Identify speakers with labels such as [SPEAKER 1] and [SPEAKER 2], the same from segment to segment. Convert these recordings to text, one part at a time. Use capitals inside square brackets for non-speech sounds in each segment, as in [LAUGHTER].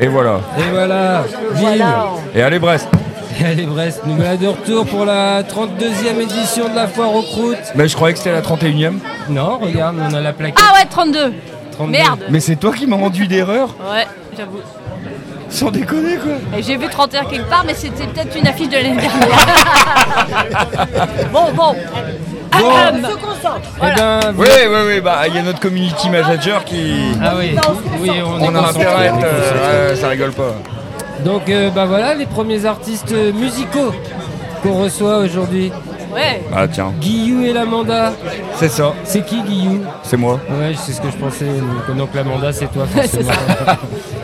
[SPEAKER 1] Et voilà.
[SPEAKER 2] Et voilà, vive
[SPEAKER 3] Voilà.
[SPEAKER 1] Et allez Brest.
[SPEAKER 2] Et Allez Brest, nous voilà de retour pour la 32e édition de la foire aux croûtes.
[SPEAKER 1] Mais je croyais que c'était la 31ème.
[SPEAKER 2] Non, regarde, on a la plaquette.
[SPEAKER 3] Ah ouais, 32.
[SPEAKER 2] 32.
[SPEAKER 3] Merde.
[SPEAKER 1] Mais c'est toi qui m'as rendu d'erreur.
[SPEAKER 3] Ouais, j'avoue.
[SPEAKER 1] Sans déconner quoi.
[SPEAKER 3] Et J'ai vu 31 quelque part, mais c'était peut-être une affiche de l'année dernière. bon, bon. Ah, hum. Ahem.
[SPEAKER 2] Eh ben, vous-
[SPEAKER 1] Oui, oui, oui. Bah, il y a notre community manager qui.
[SPEAKER 2] Ah oui, oui, on, est
[SPEAKER 1] On a
[SPEAKER 2] concentré,
[SPEAKER 1] intérêt à
[SPEAKER 2] on
[SPEAKER 1] être,
[SPEAKER 2] est concentré.
[SPEAKER 1] euh, ouais, ça rigole pas.
[SPEAKER 2] Donc euh, bah voilà les premiers artistes euh, musicaux qu'on reçoit aujourd'hui.
[SPEAKER 3] Ouais.
[SPEAKER 1] Ah tiens,
[SPEAKER 2] Guillou et l'Amanda.
[SPEAKER 1] c'est ça,
[SPEAKER 2] C'est qui Guillou
[SPEAKER 1] c'est moi.
[SPEAKER 2] Ouais, c'est ce que je pensais. Donc, donc l'Amanda, c'est [LAUGHS] toi forcément.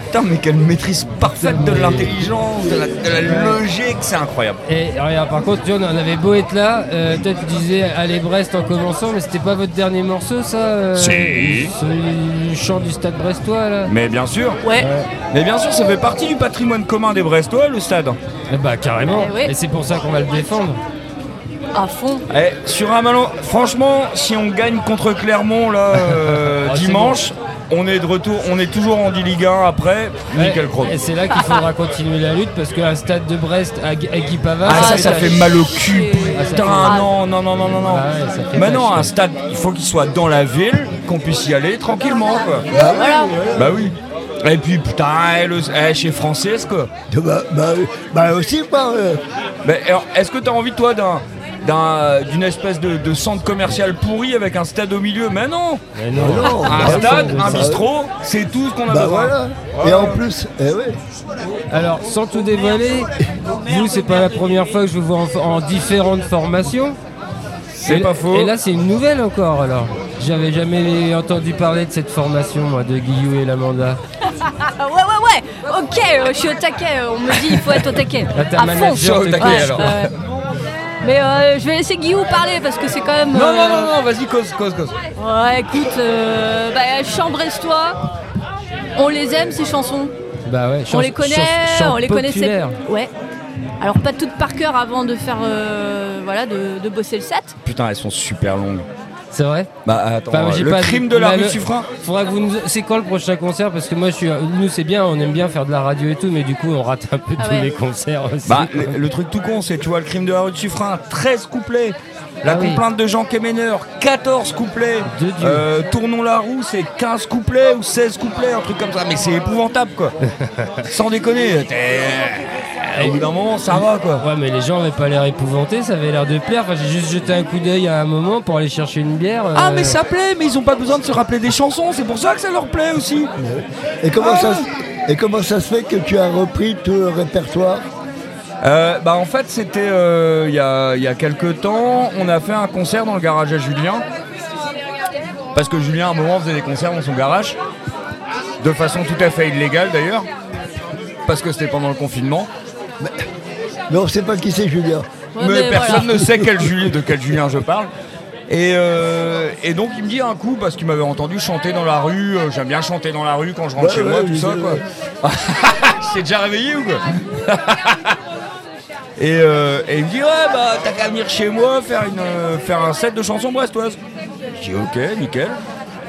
[SPEAKER 1] Putain, mais quelle maîtrise parfaite de l'intelligence, de la, de la logique, c'est incroyable.
[SPEAKER 2] et regarde, par contre, tu vois, on avait beau être là. euh, toi, tu disais Allez Brest en commençant, mais c'était pas votre dernier morceau, ça euh,
[SPEAKER 1] Si.
[SPEAKER 2] celui du chant du stade brestois, là
[SPEAKER 1] Mais bien sûr,
[SPEAKER 3] Ouais.
[SPEAKER 1] mais bien sûr, ça fait partie du patrimoine commun des Brestois, le stade.
[SPEAKER 2] Eh Bah, carrément.
[SPEAKER 3] Eh oui.
[SPEAKER 2] Et c'est pour ça qu'on va le défendre.
[SPEAKER 3] À fond.
[SPEAKER 1] Eh, sur un malin, franchement, si on gagne contre Clermont
[SPEAKER 2] [LAUGHS]
[SPEAKER 1] là euh,
[SPEAKER 2] Ah, c'est
[SPEAKER 1] dimanche, on est de retour, on est toujours en 10 Ligue 1 après. Nickel
[SPEAKER 2] Ouais, Ah,
[SPEAKER 1] chrome.
[SPEAKER 2] Et c'est là qu'il faudra continuer la lutte parce qu'un stade de Brest à, Gu- à Guy Pavard,
[SPEAKER 1] Ah, ça,
[SPEAKER 2] c'est
[SPEAKER 1] ça
[SPEAKER 2] à-
[SPEAKER 1] fait mal au cul.
[SPEAKER 3] Ah, ça
[SPEAKER 1] Putain,
[SPEAKER 2] fait
[SPEAKER 3] mal.
[SPEAKER 1] non, non, non, non, non, non.
[SPEAKER 2] Ah ouais, ça fait
[SPEAKER 1] Maintenant,
[SPEAKER 2] mal.
[SPEAKER 1] un stade, il faut qu'il soit dans la ville, qu'on puisse y aller tranquillement, quoi.
[SPEAKER 3] Voilà.
[SPEAKER 1] Bah oui. Et puis, putain, eh, le, eh, chez Francis, quoi.
[SPEAKER 4] Bah, bah, bah aussi, bah, euh,
[SPEAKER 1] Mais alors, est-ce que t'as envie, toi, d'un d'un- d'une espèce de, de centre commercial pourri avec un stade au milieu Mais non
[SPEAKER 2] Mais non.
[SPEAKER 4] non.
[SPEAKER 1] Un
[SPEAKER 4] bah,
[SPEAKER 1] stade,
[SPEAKER 4] bah,
[SPEAKER 1] un bistrot, c'est tout ce qu'on a
[SPEAKER 4] Bah
[SPEAKER 1] besoin.
[SPEAKER 4] voilà. Et en plus, eh ouais.
[SPEAKER 2] Alors, sans tout dévoiler, vous, c'est pas la première fois que je vous vois en, en différentes formations.
[SPEAKER 1] C'est
[SPEAKER 2] Et-
[SPEAKER 1] pas faux.
[SPEAKER 2] Et là, c'est une nouvelle encore, alors. J'avais jamais entendu parler de cette formation, moi, de Guillou et l'Amanda.
[SPEAKER 3] Ah, ouais, ouais, ouais. Ok, euh, je suis au taquet. euh, On me dit il faut être au taquet.
[SPEAKER 2] Là, t'as
[SPEAKER 3] à
[SPEAKER 2] un manager,
[SPEAKER 3] fond.
[SPEAKER 2] t'es
[SPEAKER 3] Ouais,
[SPEAKER 2] cool,
[SPEAKER 3] ouais,
[SPEAKER 2] alors.
[SPEAKER 3] ouais. Mais euh, je vais laisser Guillaume parler parce que c'est quand même.
[SPEAKER 1] Non,
[SPEAKER 3] euh,
[SPEAKER 1] non, non, non, vas-y, cause, cause, cause.
[SPEAKER 3] Ouais, écoute, euh, bah, Chambrestois, on les aime ces chansons.
[SPEAKER 2] Bah ouais,
[SPEAKER 3] on
[SPEAKER 2] chans-
[SPEAKER 3] les connaît,
[SPEAKER 2] chans- chants
[SPEAKER 3] on les connaissait.
[SPEAKER 2] populaires.
[SPEAKER 3] Ouais. Alors pas toutes par cœur avant de faire, euh, voilà, de, de bosser le set.
[SPEAKER 1] Putain, elles sont super longues.
[SPEAKER 2] C'est vrai
[SPEAKER 1] Bah attends,
[SPEAKER 2] Enfin, j'ai
[SPEAKER 1] le
[SPEAKER 2] pas-
[SPEAKER 1] crime de la
[SPEAKER 2] bah,
[SPEAKER 1] rue
[SPEAKER 2] le-
[SPEAKER 1] Suffren
[SPEAKER 2] Faudra que vous nous... C'est quand le prochain concert Parce que moi, je suis... nous, c'est bien, on aime bien faire de la radio et tout, mais du coup, on rate un peu
[SPEAKER 3] Ah
[SPEAKER 2] tous
[SPEAKER 3] ouais.
[SPEAKER 2] les concerts aussi.
[SPEAKER 1] Bah, le, le truc tout con, c'est tu vois le crime de la rue de Suffren, 13 couplets. La
[SPEAKER 2] Ah oui.
[SPEAKER 1] complainte de Jean Kémener, 14 couplets.
[SPEAKER 2] De Dieu.
[SPEAKER 1] Euh, Tournons la roue, c'est 15 couplets ou 16 couplets, un truc comme ça. Mais c'est épouvantable quoi.
[SPEAKER 2] [LAUGHS]
[SPEAKER 1] Sans déconner, t'es- euh, au bout d'un moment ça va quoi.
[SPEAKER 2] Ouais, mais les gens avaient pas l'air épouvantés, ça avait l'air de plaire. Enfin, j'ai juste jeté un coup d'œil à un moment pour aller chercher une bière. euh,
[SPEAKER 1] Ah mais ça plaît, mais ils ont pas besoin de se rappeler des chansons, c'est pour ça que ça leur plaît aussi.
[SPEAKER 4] Et comment,
[SPEAKER 1] Ah.
[SPEAKER 4] ça, se- et comment ça se fait que tu as repris tout le répertoire
[SPEAKER 1] Euh, bah en fait c'était euh, il y, a, il y a quelques temps, on a fait un concert dans le garage à Julien. Parce que Julien à un moment faisait des concerts dans son garage. De façon tout à fait illégale d'ailleurs. Parce que c'était pendant le confinement.
[SPEAKER 4] Mais on ne sait pas qui c'est, Julien.
[SPEAKER 3] Ouais,
[SPEAKER 1] mais,
[SPEAKER 3] mais
[SPEAKER 1] personne
[SPEAKER 3] voilà.
[SPEAKER 1] ne sait quel Julien, de quel Julien je parle. Et, euh, et donc il me dit un coup parce qu'il m'avait entendu chanter dans la rue. euh, J'aime bien chanter dans la rue quand je rentre
[SPEAKER 4] Ouais,
[SPEAKER 1] chez
[SPEAKER 4] ouais,
[SPEAKER 1] moi, tout
[SPEAKER 4] oui,
[SPEAKER 1] ça
[SPEAKER 4] oui,
[SPEAKER 1] quoi.
[SPEAKER 4] oui.
[SPEAKER 1] Je t'ai déjà réveillé ou quoi [LAUGHS] et, euh, et il me dit ouais bah t'as qu'à venir chez moi faire une euh, faire un set de chansons brestoises. Je dis ok nickel.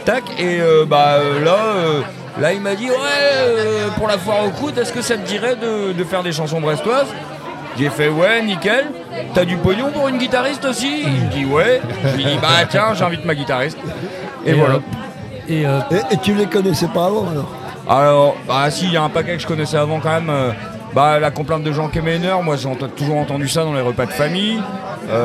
[SPEAKER 1] Tac et euh, bah euh, là euh, là il m'a dit ouais euh, pour la foire aux croûtes est-ce que ça te dirait de, de faire des chansons brestoises J'ai fait ouais nickel. T'as du pognon pour une guitariste aussi Il me dit ouais. Je lui dis bah tiens j'invite ma guitariste. Et,
[SPEAKER 2] Et
[SPEAKER 1] voilà.
[SPEAKER 2] hop. Et euh,
[SPEAKER 4] Et, et tu les connaissais pas avant, alors
[SPEAKER 1] Alors, bah si, il y a un paquet que je connaissais avant quand même. euh, bah, la complainte de Jean Kemener, moi j'ai ent- toujours entendu ça dans les repas de famille.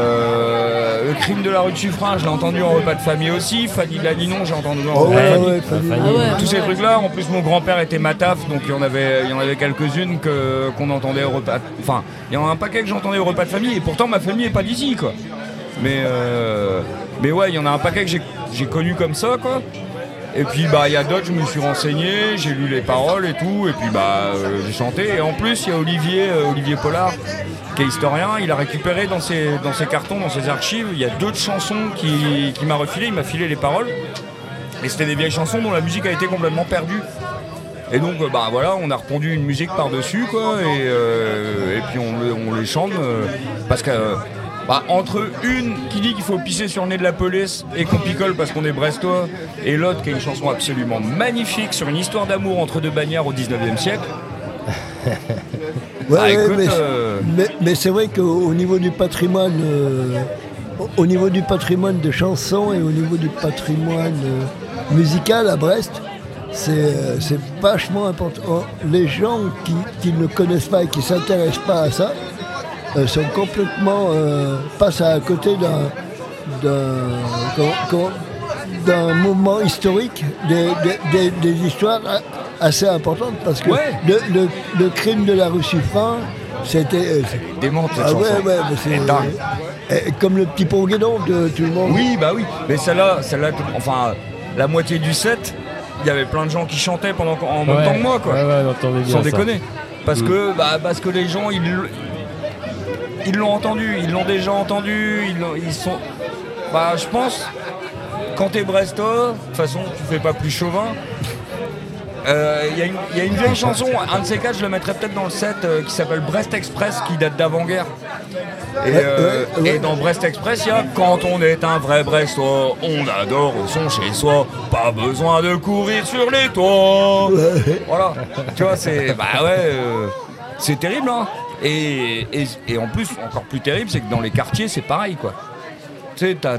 [SPEAKER 1] Euh, le crime de la rue de Suffren, je l'ai entendu en repas de famille aussi. Fanny Laninon, j'ai entendu en
[SPEAKER 4] Oh,
[SPEAKER 1] repas de
[SPEAKER 4] ouais,
[SPEAKER 1] famille.
[SPEAKER 4] ouais, Fanny.
[SPEAKER 3] Ah ouais,
[SPEAKER 1] Tous ces
[SPEAKER 3] ouais.
[SPEAKER 1] trucs-là, en plus mon grand-père était mataf, donc il y en avait, il y en avait quelques-unes que, qu'on entendait au repas. Enfin, il y en a un paquet que j'entendais au repas de famille, et pourtant ma famille est pas d'ici, quoi. Mais, euh, mais ouais, il y en a un paquet que j'ai, j'ai connu comme ça, quoi. Et puis bah il y a d'autres, je me suis renseigné, j'ai lu les paroles et tout, et puis bah euh, j'ai chanté. Et en plus il y a Olivier, euh, Olivier Pollard, qui est historien, il a récupéré dans ses, dans ses cartons, dans ses archives, il y a d'autres chansons qui, qui m'a refilé, il m'a filé les paroles. Et c'était des vieilles chansons dont la musique a été complètement perdue. Et donc, euh, bah voilà, on a répondu une musique par-dessus, quoi, et, euh, et puis on, le- on les chante, euh, parce que euh, Bah, entre une qui dit qu'il faut pisser sur le nez de la police et qu'on picole parce qu'on est brestois, et l'autre qui a une chanson absolument magnifique sur une histoire d'amour entre deux bagnards au 19e siècle.
[SPEAKER 4] Ouais,
[SPEAKER 1] Ah,
[SPEAKER 4] ouais,
[SPEAKER 1] écoute,
[SPEAKER 4] mais,
[SPEAKER 1] euh,
[SPEAKER 4] mais- mais c'est vrai qu'au au niveau du patrimoine, euh, au- au niveau du patrimoine de chansons et au niveau du patrimoine euh, musical à Brest, c'est euh, c'est vachement important. Oh, Les gens qui, qui ne connaissent pas et qui s'intéressent pas à ça euh, sont complètement euh, passent à côté d'un d'un- comment- comment- d'un moment historique, des, des- des- des histoires a- assez importantes parce que
[SPEAKER 1] Ouais.
[SPEAKER 4] le, le- le crime de la rue Suffren, c'était. euh, c'est-
[SPEAKER 1] démente cette
[SPEAKER 4] ah
[SPEAKER 1] chanson.
[SPEAKER 4] ouais, ouais, mais
[SPEAKER 1] Elle est dingue.
[SPEAKER 4] euh, comme le petit Ponguédon de tout le monde.
[SPEAKER 1] Oui, bah oui. Mais celle-là, celle-là, tout- enfin, la moitié du set, il y avait plein de gens qui chantaient pendant qu'en- en même temps que moi, quoi.
[SPEAKER 2] Ouais, ouais, on entendait bien
[SPEAKER 1] Sans
[SPEAKER 2] ça.
[SPEAKER 1] déconner. Parce que, bah, parce que les gens, ils, l- ils l'ont entendu, ils l'ont déjà entendu, ils, l'ont- ils sont. Bah, je pense, quand t'es brestois, de toute façon, tu fais pas plus chauvin. Euh, Il y, a une- il y a une vieille chanson, un de ces quatre, je le mettrai peut-être dans le set, euh, qui s'appelle Brest Express, qui date d'avant-guerre. Et, euh,
[SPEAKER 4] ouais, ouais.
[SPEAKER 1] et dans Brest Express, il y a quand on est un vrai Brestois, on adore son chez soi, pas besoin de courir sur les toits. Voilà, tu vois, c'est bah ouais, euh, c'est terrible, hein. Et, et, et en plus, encore plus terrible, c'est que dans les quartiers, c'est pareil, quoi. Tu sais, t'as.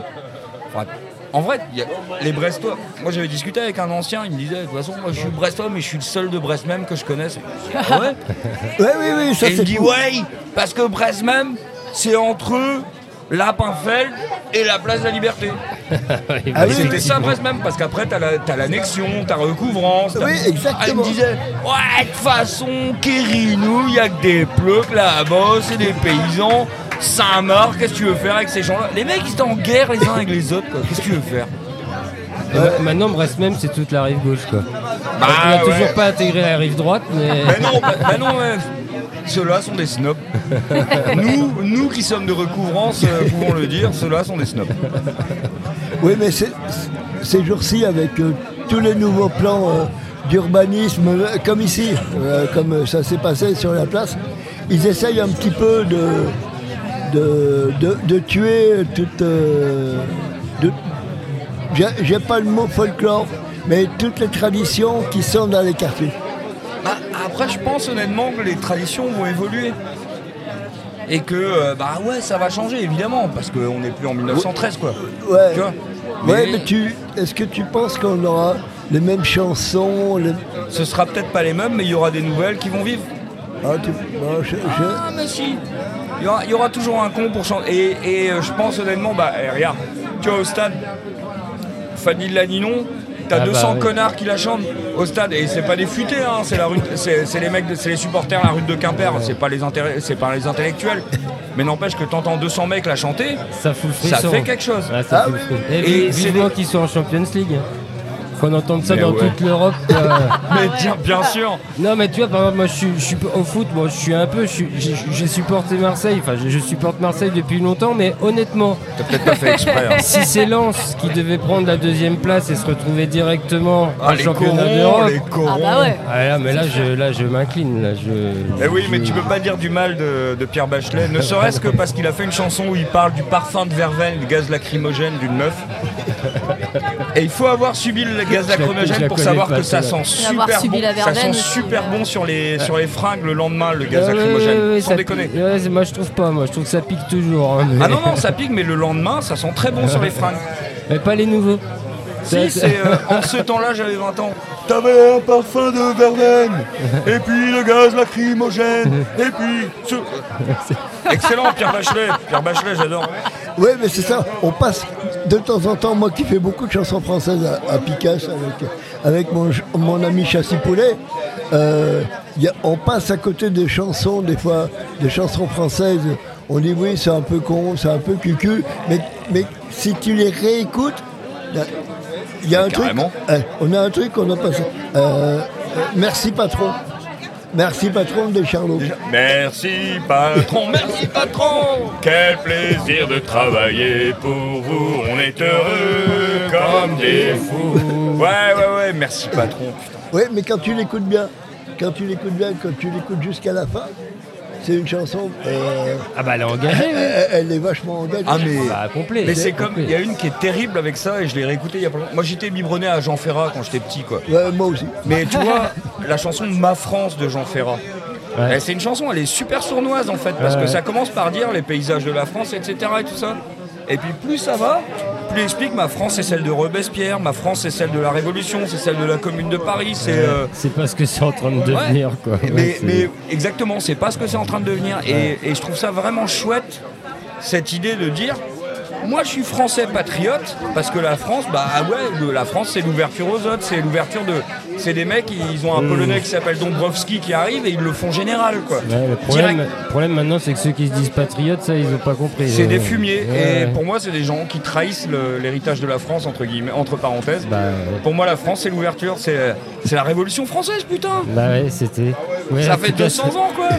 [SPEAKER 1] enfin, en vrai, il y a- les Brestois. Moi, j'avais discuté avec un ancien, il me disait, de toute façon, moi, je suis Brestois, mais je suis le seul de Brest même que je connaisse. Ah ouais
[SPEAKER 4] Ouais, oui, oui, ça
[SPEAKER 1] et il me
[SPEAKER 4] c'est.
[SPEAKER 1] dit
[SPEAKER 4] cool.
[SPEAKER 1] ouais, parce que Brest même, c'est entre eux, Lapinfeld et la place de la liberté.
[SPEAKER 2] Ouais,
[SPEAKER 4] Ah oui,
[SPEAKER 1] C'était ça
[SPEAKER 2] effectivement.
[SPEAKER 1] Brest même, parce qu'après t'as la- t'as l'annexion, t'as recouvrance. t'as-
[SPEAKER 4] Oui, exactement.
[SPEAKER 1] Ah, il me disait, ouais, de toute façon, Kérinou, il y a que des pleucs là-bas, c'est des paysans. Saint-Marc, qu'est-ce que tu veux faire avec ces gens-là Les mecs, ils étaient en guerre les uns avec les autres, quoi. Qu'est-ce que tu veux faire
[SPEAKER 2] Et ma- Maintenant, Brest même, c'est toute la rive gauche, quoi.
[SPEAKER 1] Bah,
[SPEAKER 2] On a
[SPEAKER 1] ouais.
[SPEAKER 2] toujours pas intégré la rive droite, mais.
[SPEAKER 1] Mais
[SPEAKER 2] [LAUGHS]
[SPEAKER 1] non, bah, bah non, ouais. Ceux-là sont des snobs. Nous, nous qui sommes de recouvrance, euh, pouvons le dire, ceux-là sont des snobs.
[SPEAKER 4] Oui, mais c'est- c'est- ces jours-ci, avec euh, tous les nouveaux plans euh, d'urbanisme, euh, comme ici, euh, comme euh, ça s'est passé sur la place, ils essayent un petit peu de, de, de- de tuer toute. euh, de- j'ai- J'ai pas le mot folklore, mais toutes les traditions qui sont dans les quartiers.
[SPEAKER 1] Bah, après, je pense honnêtement que les traditions vont évoluer. Et que, euh, bah ouais, ça va changer, évidemment, parce qu'on n'est plus en 1913, quoi.
[SPEAKER 4] Ouais.
[SPEAKER 1] Tu vois
[SPEAKER 4] Ouais, mais tu, est-ce que tu penses qu'on aura les mêmes chansons les-
[SPEAKER 1] Ce sera peut-être pas les mêmes, mais il y aura des nouvelles qui vont vivre.
[SPEAKER 4] Ah, tu- ah, je- je-
[SPEAKER 1] Ah, mais si Il y aura, il y aura toujours un con pour chanter. Et, et, euh, je pense honnêtement, bah, eh, regarde, tu vois, au stade, Fanny de Laninon, t'as
[SPEAKER 2] Ah bah
[SPEAKER 1] 200
[SPEAKER 2] oui.
[SPEAKER 1] connards qui la chantent au stade. Et c'est pas des futés, hein, c'est la rue- c'est c'est les mecs, de- c'est les supporters, la rue de Quimper, c'est pas, les intérêts- c'est pas les intellectuels. Mais n'empêche que t'entends 200 mecs la chanter.
[SPEAKER 2] Ça fout le
[SPEAKER 1] Ça
[SPEAKER 2] frisson.
[SPEAKER 1] fait quelque chose.
[SPEAKER 2] Ouais, ça
[SPEAKER 4] Ah
[SPEAKER 2] fout le
[SPEAKER 4] oui.
[SPEAKER 2] frisson. Et,
[SPEAKER 1] Et
[SPEAKER 2] vi-
[SPEAKER 1] c'est
[SPEAKER 2] vivement
[SPEAKER 1] des-
[SPEAKER 2] qu'ils soient en Champions League. hein. Qu'on entende ça
[SPEAKER 1] Mais
[SPEAKER 2] dans
[SPEAKER 1] ouais.
[SPEAKER 2] toute l'Europe.
[SPEAKER 1] [LAUGHS]
[SPEAKER 2] quoi.
[SPEAKER 3] Ah,
[SPEAKER 1] Mais bien, bien sûr
[SPEAKER 2] Non mais tu vois par exemple moi je suis, je suis pas- au foot moi je suis un peu je suis- j'ai j'ai supporté Marseille enfin je, je supporte Marseille depuis longtemps mais honnêtement
[SPEAKER 1] T'as peut-être pas fait exprès. hein. [LAUGHS]
[SPEAKER 2] si c'est Lens qui devait prendre la deuxième place et se retrouver directement
[SPEAKER 1] Ah,
[SPEAKER 2] en
[SPEAKER 1] les
[SPEAKER 2] championnat
[SPEAKER 1] corons,
[SPEAKER 2] d'Europe
[SPEAKER 1] les corons.
[SPEAKER 3] Ah bah ouais.
[SPEAKER 2] ah là, mais là je là je m'incline là je
[SPEAKER 1] Eh oui, mais
[SPEAKER 2] je-
[SPEAKER 1] tu peux pas dire du mal de, de Pierre Bachelet, ne serait-ce que parce qu'il a fait une chanson où il parle du parfum de verveine, du gaz lacrymogène d'une meuf. Et il faut avoir subi le gaz
[SPEAKER 2] la- je
[SPEAKER 1] lacrymogène
[SPEAKER 2] la
[SPEAKER 1] pour
[SPEAKER 2] connais
[SPEAKER 1] savoir
[SPEAKER 2] pas,
[SPEAKER 1] que ça
[SPEAKER 2] celle-là.
[SPEAKER 1] sent
[SPEAKER 3] Faut avoir
[SPEAKER 1] super
[SPEAKER 3] subi
[SPEAKER 1] bon,
[SPEAKER 3] la
[SPEAKER 1] ça sent
[SPEAKER 3] verveine aussi,
[SPEAKER 1] super
[SPEAKER 3] ouais.
[SPEAKER 1] bon sur les, sur les fringues le lendemain, le
[SPEAKER 2] Ah
[SPEAKER 1] gaz
[SPEAKER 2] ouais, ouais,
[SPEAKER 1] lacrymogène,
[SPEAKER 2] ouais,
[SPEAKER 1] sans
[SPEAKER 2] ça-
[SPEAKER 1] déconner.
[SPEAKER 2] ouais, c'est- moi je trouve pas moi je trouve que ça pique toujours hein, mais...
[SPEAKER 1] Ah non, non, ça pique, mais le lendemain, ça sent très bon sur les
[SPEAKER 2] [LAUGHS]
[SPEAKER 1] fringues.
[SPEAKER 2] mais pas les nouveaux
[SPEAKER 1] Si,
[SPEAKER 2] Ça-
[SPEAKER 1] c'est euh, en ce temps-là, j'avais 20 ans. T'avais un parfum de [LAUGHS] verveine, et puis le gaz lacrymogène, et puis. ce- Excellent, Pierre Bachelet. Pierre Bachelet, j'adore.
[SPEAKER 4] Ouais, mais c'est ça, on passe de temps en temps, moi qui fais beaucoup de chansons françaises à, à Picasso avec, avec mon, ch- mon ami Chassis Poulet, euh, y a- on passe à côté des chansons, des fois, des chansons françaises, on dit oui, c'est un peu con, c'est un peu cucu, mais, mais si tu les réécoutes, il y a un truc,
[SPEAKER 1] Carrément.
[SPEAKER 4] euh, on a un truc qu'on a passé. Euh, euh, merci patron, merci patron des Charlots.
[SPEAKER 1] Merci patron, merci patron Quel plaisir de travailler pour vous, on est heureux comme des fous Ouais, ouais, ouais, merci patron
[SPEAKER 4] Oui, mais quand tu l'écoutes bien, quand tu l'écoutes bien, quand tu l'écoutes jusqu'à la fin, C'est une chanson. euh,
[SPEAKER 2] Ah bah elle est
[SPEAKER 4] elle,
[SPEAKER 2] engagée, oui.
[SPEAKER 4] elle est vachement engagée.
[SPEAKER 1] Ah, mais.
[SPEAKER 2] Bah, complet.
[SPEAKER 1] Mais c'est comme,
[SPEAKER 2] complet.
[SPEAKER 1] il y a une qui est terrible avec ça et je l'ai réécoutée il y a pas longtemps. Moi j'étais biberonné à Jean Ferrat quand j'étais petit quoi.
[SPEAKER 4] Ouais, moi aussi.
[SPEAKER 1] Mais tu
[SPEAKER 2] [LAUGHS]
[SPEAKER 1] vois, la chanson Ma France de Jean Ferrat,
[SPEAKER 2] Ouais.
[SPEAKER 1] eh, c'est une chanson, elle est super sournoise en fait, parce
[SPEAKER 2] Ouais,
[SPEAKER 1] que
[SPEAKER 2] ouais.
[SPEAKER 1] ça commence par dire les paysages de la France, etc. et tout ça. Et puis plus ça va, plus il explique ma France c'est celle de Robespierre, ma France c'est celle de la Révolution, c'est celle de la Commune de Paris, c'est. euh,
[SPEAKER 2] C'est pas ce que c'est en train de
[SPEAKER 1] Ouais.
[SPEAKER 2] devenir, quoi.
[SPEAKER 1] Mais,
[SPEAKER 2] Ouais, c'est-
[SPEAKER 1] mais exactement, c'est pas ce que c'est en train de devenir. Et- Et, je trouve ça vraiment chouette, cette idée de dire. Moi, je suis français patriote parce que la France, bah ah ouais, le- la France, c'est l'ouverture aux autres, c'est l'ouverture de, c'est des mecs, ils ont un polonais qui s'appelle Dombrovski qui arrive et ils le font général quoi.
[SPEAKER 2] Mmh. Ouais, le
[SPEAKER 1] Direct.
[SPEAKER 2] problème, le problème maintenant, c'est que ceux qui se disent patriotes, ça, ils ont pas compris.
[SPEAKER 1] C'est
[SPEAKER 2] Ouais.
[SPEAKER 1] des fumiers
[SPEAKER 2] Ouais,
[SPEAKER 1] et
[SPEAKER 2] ouais.
[SPEAKER 1] pour moi, c'est des gens qui trahissent le- l'héritage de la France entre guillemets, entre parenthèses.
[SPEAKER 2] Bah, ouais.
[SPEAKER 1] Pour moi, la France, c'est l'ouverture, c'est c'est la Révolution française, putain.
[SPEAKER 2] Bah ouais, c'était. Ouais,
[SPEAKER 1] Ça
[SPEAKER 2] tout
[SPEAKER 1] fait
[SPEAKER 2] à
[SPEAKER 1] 200 ans quoi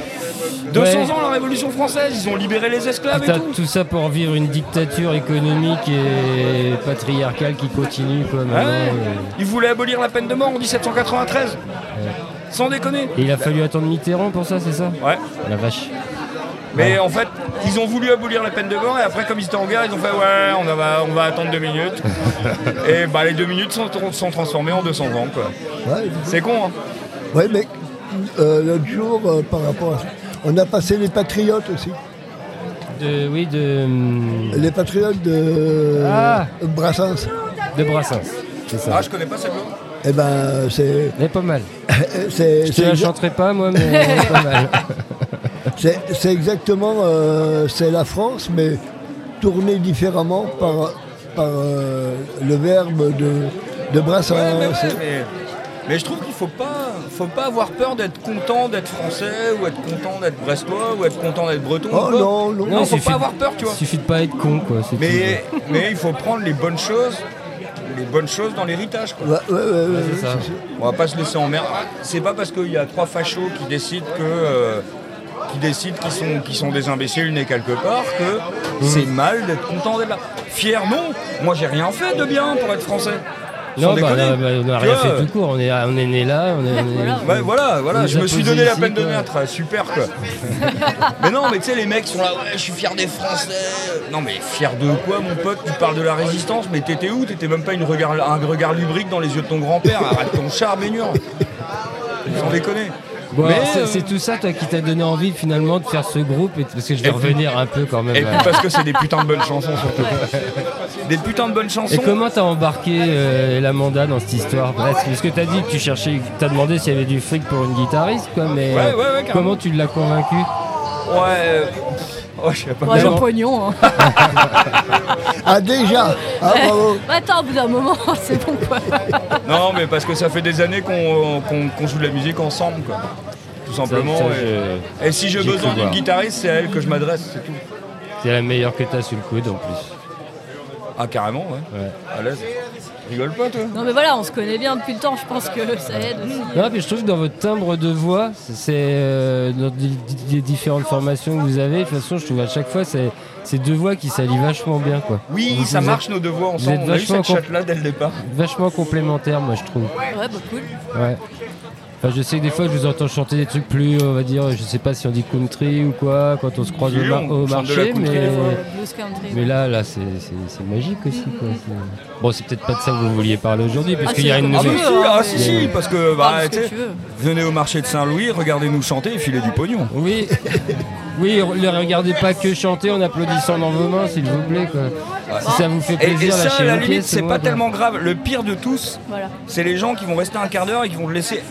[SPEAKER 1] 200
[SPEAKER 2] Ouais.
[SPEAKER 1] ans la Révolution française, ils ont libéré les esclaves et
[SPEAKER 2] Putain,
[SPEAKER 1] tout
[SPEAKER 2] tout ça pour vivre une dictature économique et patriarcale qui continue quoi
[SPEAKER 1] Ah Ouais.
[SPEAKER 2] maintenant. euh.
[SPEAKER 1] Ils voulaient abolir la peine de mort en 1793 Sans déconner
[SPEAKER 2] Et il a fallu attendre Mitterrand pour ça, c'est ça
[SPEAKER 1] Ouais,
[SPEAKER 2] La vache.
[SPEAKER 1] mais en fait, ils ont voulu abolir la peine de mort et après, comme ils étaient en guerre, ils ont fait ouais, on va, on va attendre deux [LAUGHS] minutes. et bah, les deux minutes sont, sont transformées en 200 ans, quoi.
[SPEAKER 4] Ouais,
[SPEAKER 1] C'est con, hein
[SPEAKER 4] ouais, mais euh, l'autre jour, euh, par rapport à ça, on a passé les Patriotes aussi.
[SPEAKER 2] De, oui, de, hum,
[SPEAKER 4] Les Patriotes de
[SPEAKER 2] Ah.
[SPEAKER 4] Brassens.
[SPEAKER 2] de Brassens. C'est ça.
[SPEAKER 1] Ah, je connais pas cette loi.
[SPEAKER 4] Eh ben, c'est.
[SPEAKER 2] Elle est pas mal.
[SPEAKER 4] c'est-
[SPEAKER 2] Je te
[SPEAKER 4] c'est
[SPEAKER 2] la
[SPEAKER 4] exa-
[SPEAKER 2] chanterai pas moi, mais elle est pas mal.
[SPEAKER 4] C'est c'est exactement, euh, c'est la France, mais tournée différemment par, par euh, le verbe de, de Brassens.
[SPEAKER 1] Ouais,
[SPEAKER 2] Euh,
[SPEAKER 1] mais, ouais, mais- mais je trouve qu'il faut pas, faut pas avoir peur d'être content d'être français ou être content d'être brestois ou être content d'être breton.
[SPEAKER 4] Oh
[SPEAKER 1] ou pas.
[SPEAKER 4] non,
[SPEAKER 1] [LAUGHS] non,
[SPEAKER 4] non.
[SPEAKER 2] il
[SPEAKER 1] faut
[SPEAKER 2] suffit-
[SPEAKER 1] pas avoir peur, tu vois.
[SPEAKER 2] Suffit de pas être con quoi. c'est
[SPEAKER 1] Mais, mais il faut prendre les bonnes choses, les bonnes choses dans l'héritage. Quoi.
[SPEAKER 4] Ouais, ouais, ouais, ouais,
[SPEAKER 2] tout.
[SPEAKER 1] euh,
[SPEAKER 2] C'est ça.
[SPEAKER 1] On va pas se laisser emmerder. C'est pas parce qu'il y a trois fachos qui décident que euh, qui décident qu'ils sont, qu'ils sont des imbéciles nés quelque part
[SPEAKER 2] Mmh.
[SPEAKER 1] que c'est mal d'être content d'être là. Fier non, moi j'ai rien fait de bien pour être français. Sans
[SPEAKER 2] Non, bah,
[SPEAKER 1] déconner.
[SPEAKER 2] non, bah, on n'a
[SPEAKER 1] Tu
[SPEAKER 2] rien
[SPEAKER 1] vois,
[SPEAKER 2] fait tout court. On est, on est né là. On est, on est-
[SPEAKER 3] Voilà.
[SPEAKER 1] Ouais, voilà,
[SPEAKER 2] On
[SPEAKER 1] voilà, je
[SPEAKER 2] nous a
[SPEAKER 1] me suis
[SPEAKER 2] posé
[SPEAKER 1] donné la
[SPEAKER 2] ici,
[SPEAKER 1] peine de
[SPEAKER 2] quoi.
[SPEAKER 1] naître, super quoi. [LAUGHS] mais non, mais tu sais, les mecs sont là, ouais, je suis fier des Français. Non, mais fier de quoi, mon pote Tu parles de la résistance, mais t'étais où T'étais même pas une regard, un regard lubrique dans les yeux de ton grand-père. Arrête ton char, baignure. Sans déconner.
[SPEAKER 2] Bon,
[SPEAKER 1] Mais,
[SPEAKER 2] alors, c'est
[SPEAKER 1] euh,
[SPEAKER 2] c'est tout ça, toi, qui t'a donné envie finalement de faire ce groupe, et- parce que je vais
[SPEAKER 1] Et puis-
[SPEAKER 2] revenir un peu quand même.
[SPEAKER 1] Et puis
[SPEAKER 2] là.
[SPEAKER 1] parce que c'est des putains de bonnes chansons surtout. Des putains de bonnes chansons.
[SPEAKER 2] Et comment t'as embarqué euh, Elamanda dans cette histoire
[SPEAKER 1] Ah
[SPEAKER 2] Brest Parce que t'as dit que tu cherchais, que t'as demandé s'il y avait du fric pour une guitariste, quoi, mais
[SPEAKER 1] Ouais, ouais, ouais,
[SPEAKER 2] euh,
[SPEAKER 1] carrément.
[SPEAKER 2] comment tu l'as convaincu
[SPEAKER 1] Ouais, euh, oh, je sais pas.
[SPEAKER 3] Ouais,
[SPEAKER 2] D'abord-
[SPEAKER 3] Jean Pognon. hein. [LAUGHS]
[SPEAKER 4] Ah, déjà Ah, bravo
[SPEAKER 3] Bah, Attends, au bout d'un moment, [LAUGHS] c'est bon quoi.
[SPEAKER 1] Non, mais parce que ça fait des années qu'on qu'on- qu'on joue de la musique ensemble, quoi. Tout simplement.
[SPEAKER 2] Ça, ça,
[SPEAKER 1] et, et si j'ai
[SPEAKER 2] j'ai cru
[SPEAKER 1] besoin d'une
[SPEAKER 2] voir.
[SPEAKER 1] guitariste, c'est à elle que je m'adresse, c'est tout.
[SPEAKER 2] C'est la meilleure que t'as sous le coude en plus.
[SPEAKER 1] Ah, carrément, ouais.
[SPEAKER 2] Ouais.
[SPEAKER 1] À l'aise. Rigole pas, toi.
[SPEAKER 3] Non mais voilà, on se connaît bien depuis le temps, je pense que ça aide aussi.
[SPEAKER 2] Non, puis je trouve que dans votre timbre de voix, c'est euh, dans les- les différentes formations que vous avez, de toute façon, je trouve à chaque fois, c'est c'est deux voix qui s'allient vachement bien, quoi.
[SPEAKER 1] Oui,
[SPEAKER 2] Vous-
[SPEAKER 1] ça
[SPEAKER 2] vous
[SPEAKER 1] marche nos devoirs
[SPEAKER 2] vous
[SPEAKER 1] ensemble.
[SPEAKER 2] êtes
[SPEAKER 1] On a eu
[SPEAKER 2] vachement
[SPEAKER 1] cette chatte-là dès le départ.
[SPEAKER 2] êtes Vachement complémentaires, moi, je trouve.
[SPEAKER 3] Ouais, bah cool.
[SPEAKER 2] Ouais. Enfin, je sais que des fois, je vous entends chanter des trucs plus, on va dire, je sais pas si on dit country ou quoi, quand on se croise au,
[SPEAKER 1] Si,
[SPEAKER 2] mar-
[SPEAKER 1] on chante
[SPEAKER 2] au
[SPEAKER 1] de la
[SPEAKER 2] marché,
[SPEAKER 1] country,
[SPEAKER 2] mais,
[SPEAKER 1] des fois.
[SPEAKER 3] Euh, Blues country.
[SPEAKER 2] euh, mais là, là, c'est c'est- c'est magique aussi. Quoi. C'est- Bon, c'est peut-être pas de ça que vous vouliez parler aujourd'hui, parce
[SPEAKER 3] Ah,
[SPEAKER 2] qu'il y
[SPEAKER 3] si,
[SPEAKER 2] a une
[SPEAKER 3] comme
[SPEAKER 1] Ah,
[SPEAKER 3] tu
[SPEAKER 1] bah,
[SPEAKER 2] nouvelle.
[SPEAKER 3] veux.
[SPEAKER 1] si, ah, si, si, parce que, bah,
[SPEAKER 3] Parle de ce que
[SPEAKER 1] tu sais,
[SPEAKER 3] tu veux.
[SPEAKER 1] venez au marché de Saint-Louis, regardez-nous chanter et filez du pognon.
[SPEAKER 2] Oui, oui, ne regardez pas que chanter en applaudissant dans vos mains, s'il vous plaît. Quoi. Si ça vous fait
[SPEAKER 1] Et, et
[SPEAKER 2] plaisir,
[SPEAKER 1] ça, à
[SPEAKER 2] lâchez
[SPEAKER 1] la
[SPEAKER 2] vos pieds,
[SPEAKER 1] limite, c'est
[SPEAKER 2] moi,
[SPEAKER 1] pas
[SPEAKER 2] quoi.
[SPEAKER 1] tellement grave. Le pire de tous,
[SPEAKER 3] Voilà.
[SPEAKER 1] c'est les gens qui vont rester un quart d'heure et qui vont te laisser